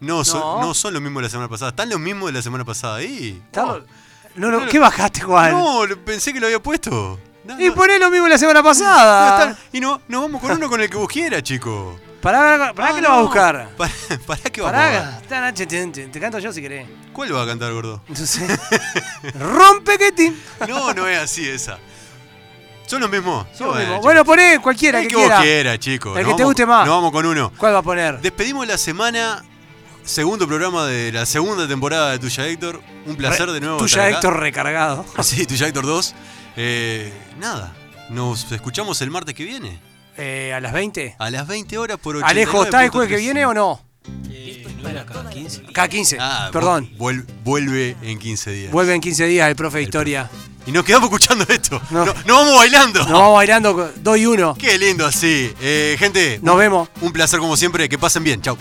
Speaker 3: No, Son,
Speaker 4: No.
Speaker 3: no son los mismos de la semana pasada. ¿Están los mismos de la semana pasada ahí? Oh,
Speaker 4: estaba- no, lo- ¿Qué bajaste, Juan?
Speaker 3: No, lo- pensé que lo había puesto. No,
Speaker 4: y
Speaker 3: no,
Speaker 4: poné lo mismo la semana
Speaker 3: no
Speaker 4: pasada.
Speaker 3: están- y no, nos vamos con uno con el que vos quieras, chico.
Speaker 4: Pará, pará, pará
Speaker 3: Ah,
Speaker 4: que lo vas a
Speaker 3: no.
Speaker 4: buscar.
Speaker 3: Pará, pará que vamos a
Speaker 4: Pará, tan- te, te- te- te canto yo si querés.
Speaker 3: ver. ¿Cuál va a cantar, gordo?
Speaker 4: Entonces, rompe que ti.
Speaker 3: No, no es así esa. Son los mismos.
Speaker 4: Yo mismo. bueno, poné cualquiera
Speaker 3: el
Speaker 4: que,
Speaker 3: Eh, que
Speaker 4: quiera.
Speaker 3: vos quieras, chicos.
Speaker 4: El
Speaker 3: Nos
Speaker 4: que te
Speaker 3: vamos-
Speaker 4: guste más.
Speaker 3: Nos vamos con uno.
Speaker 4: ¿Cuál va a poner?
Speaker 3: Despedimos la semana, segundo programa de la segunda temporada de Tuya Héctor. Un placer de nuevo.
Speaker 4: Tuya
Speaker 3: estar acá.
Speaker 4: Héctor recargado.
Speaker 3: Sí, Tuya Héctor 2. Eh, nada, nos escuchamos el martes que viene,
Speaker 4: Eh, a las 20.
Speaker 3: a las 20 horas por 89.3.
Speaker 4: Alejo, ¿estás el jueves que viene o no?
Speaker 6: Eh, ¿no era cada 15?
Speaker 4: K15.
Speaker 3: Ah,
Speaker 4: Perdón.
Speaker 3: vu- vuel- Vuelve en 15 días.
Speaker 4: Vuelve en 15 días el profe de historia.
Speaker 3: Y nos quedamos escuchando esto.
Speaker 4: No.
Speaker 3: No- Nos vamos bailando.
Speaker 4: Nos vamos bailando 2 y 1.
Speaker 3: Qué lindo así. Eh, gente,
Speaker 4: Nos vemos.
Speaker 3: un placer como siempre. Que pasen bien. Chau.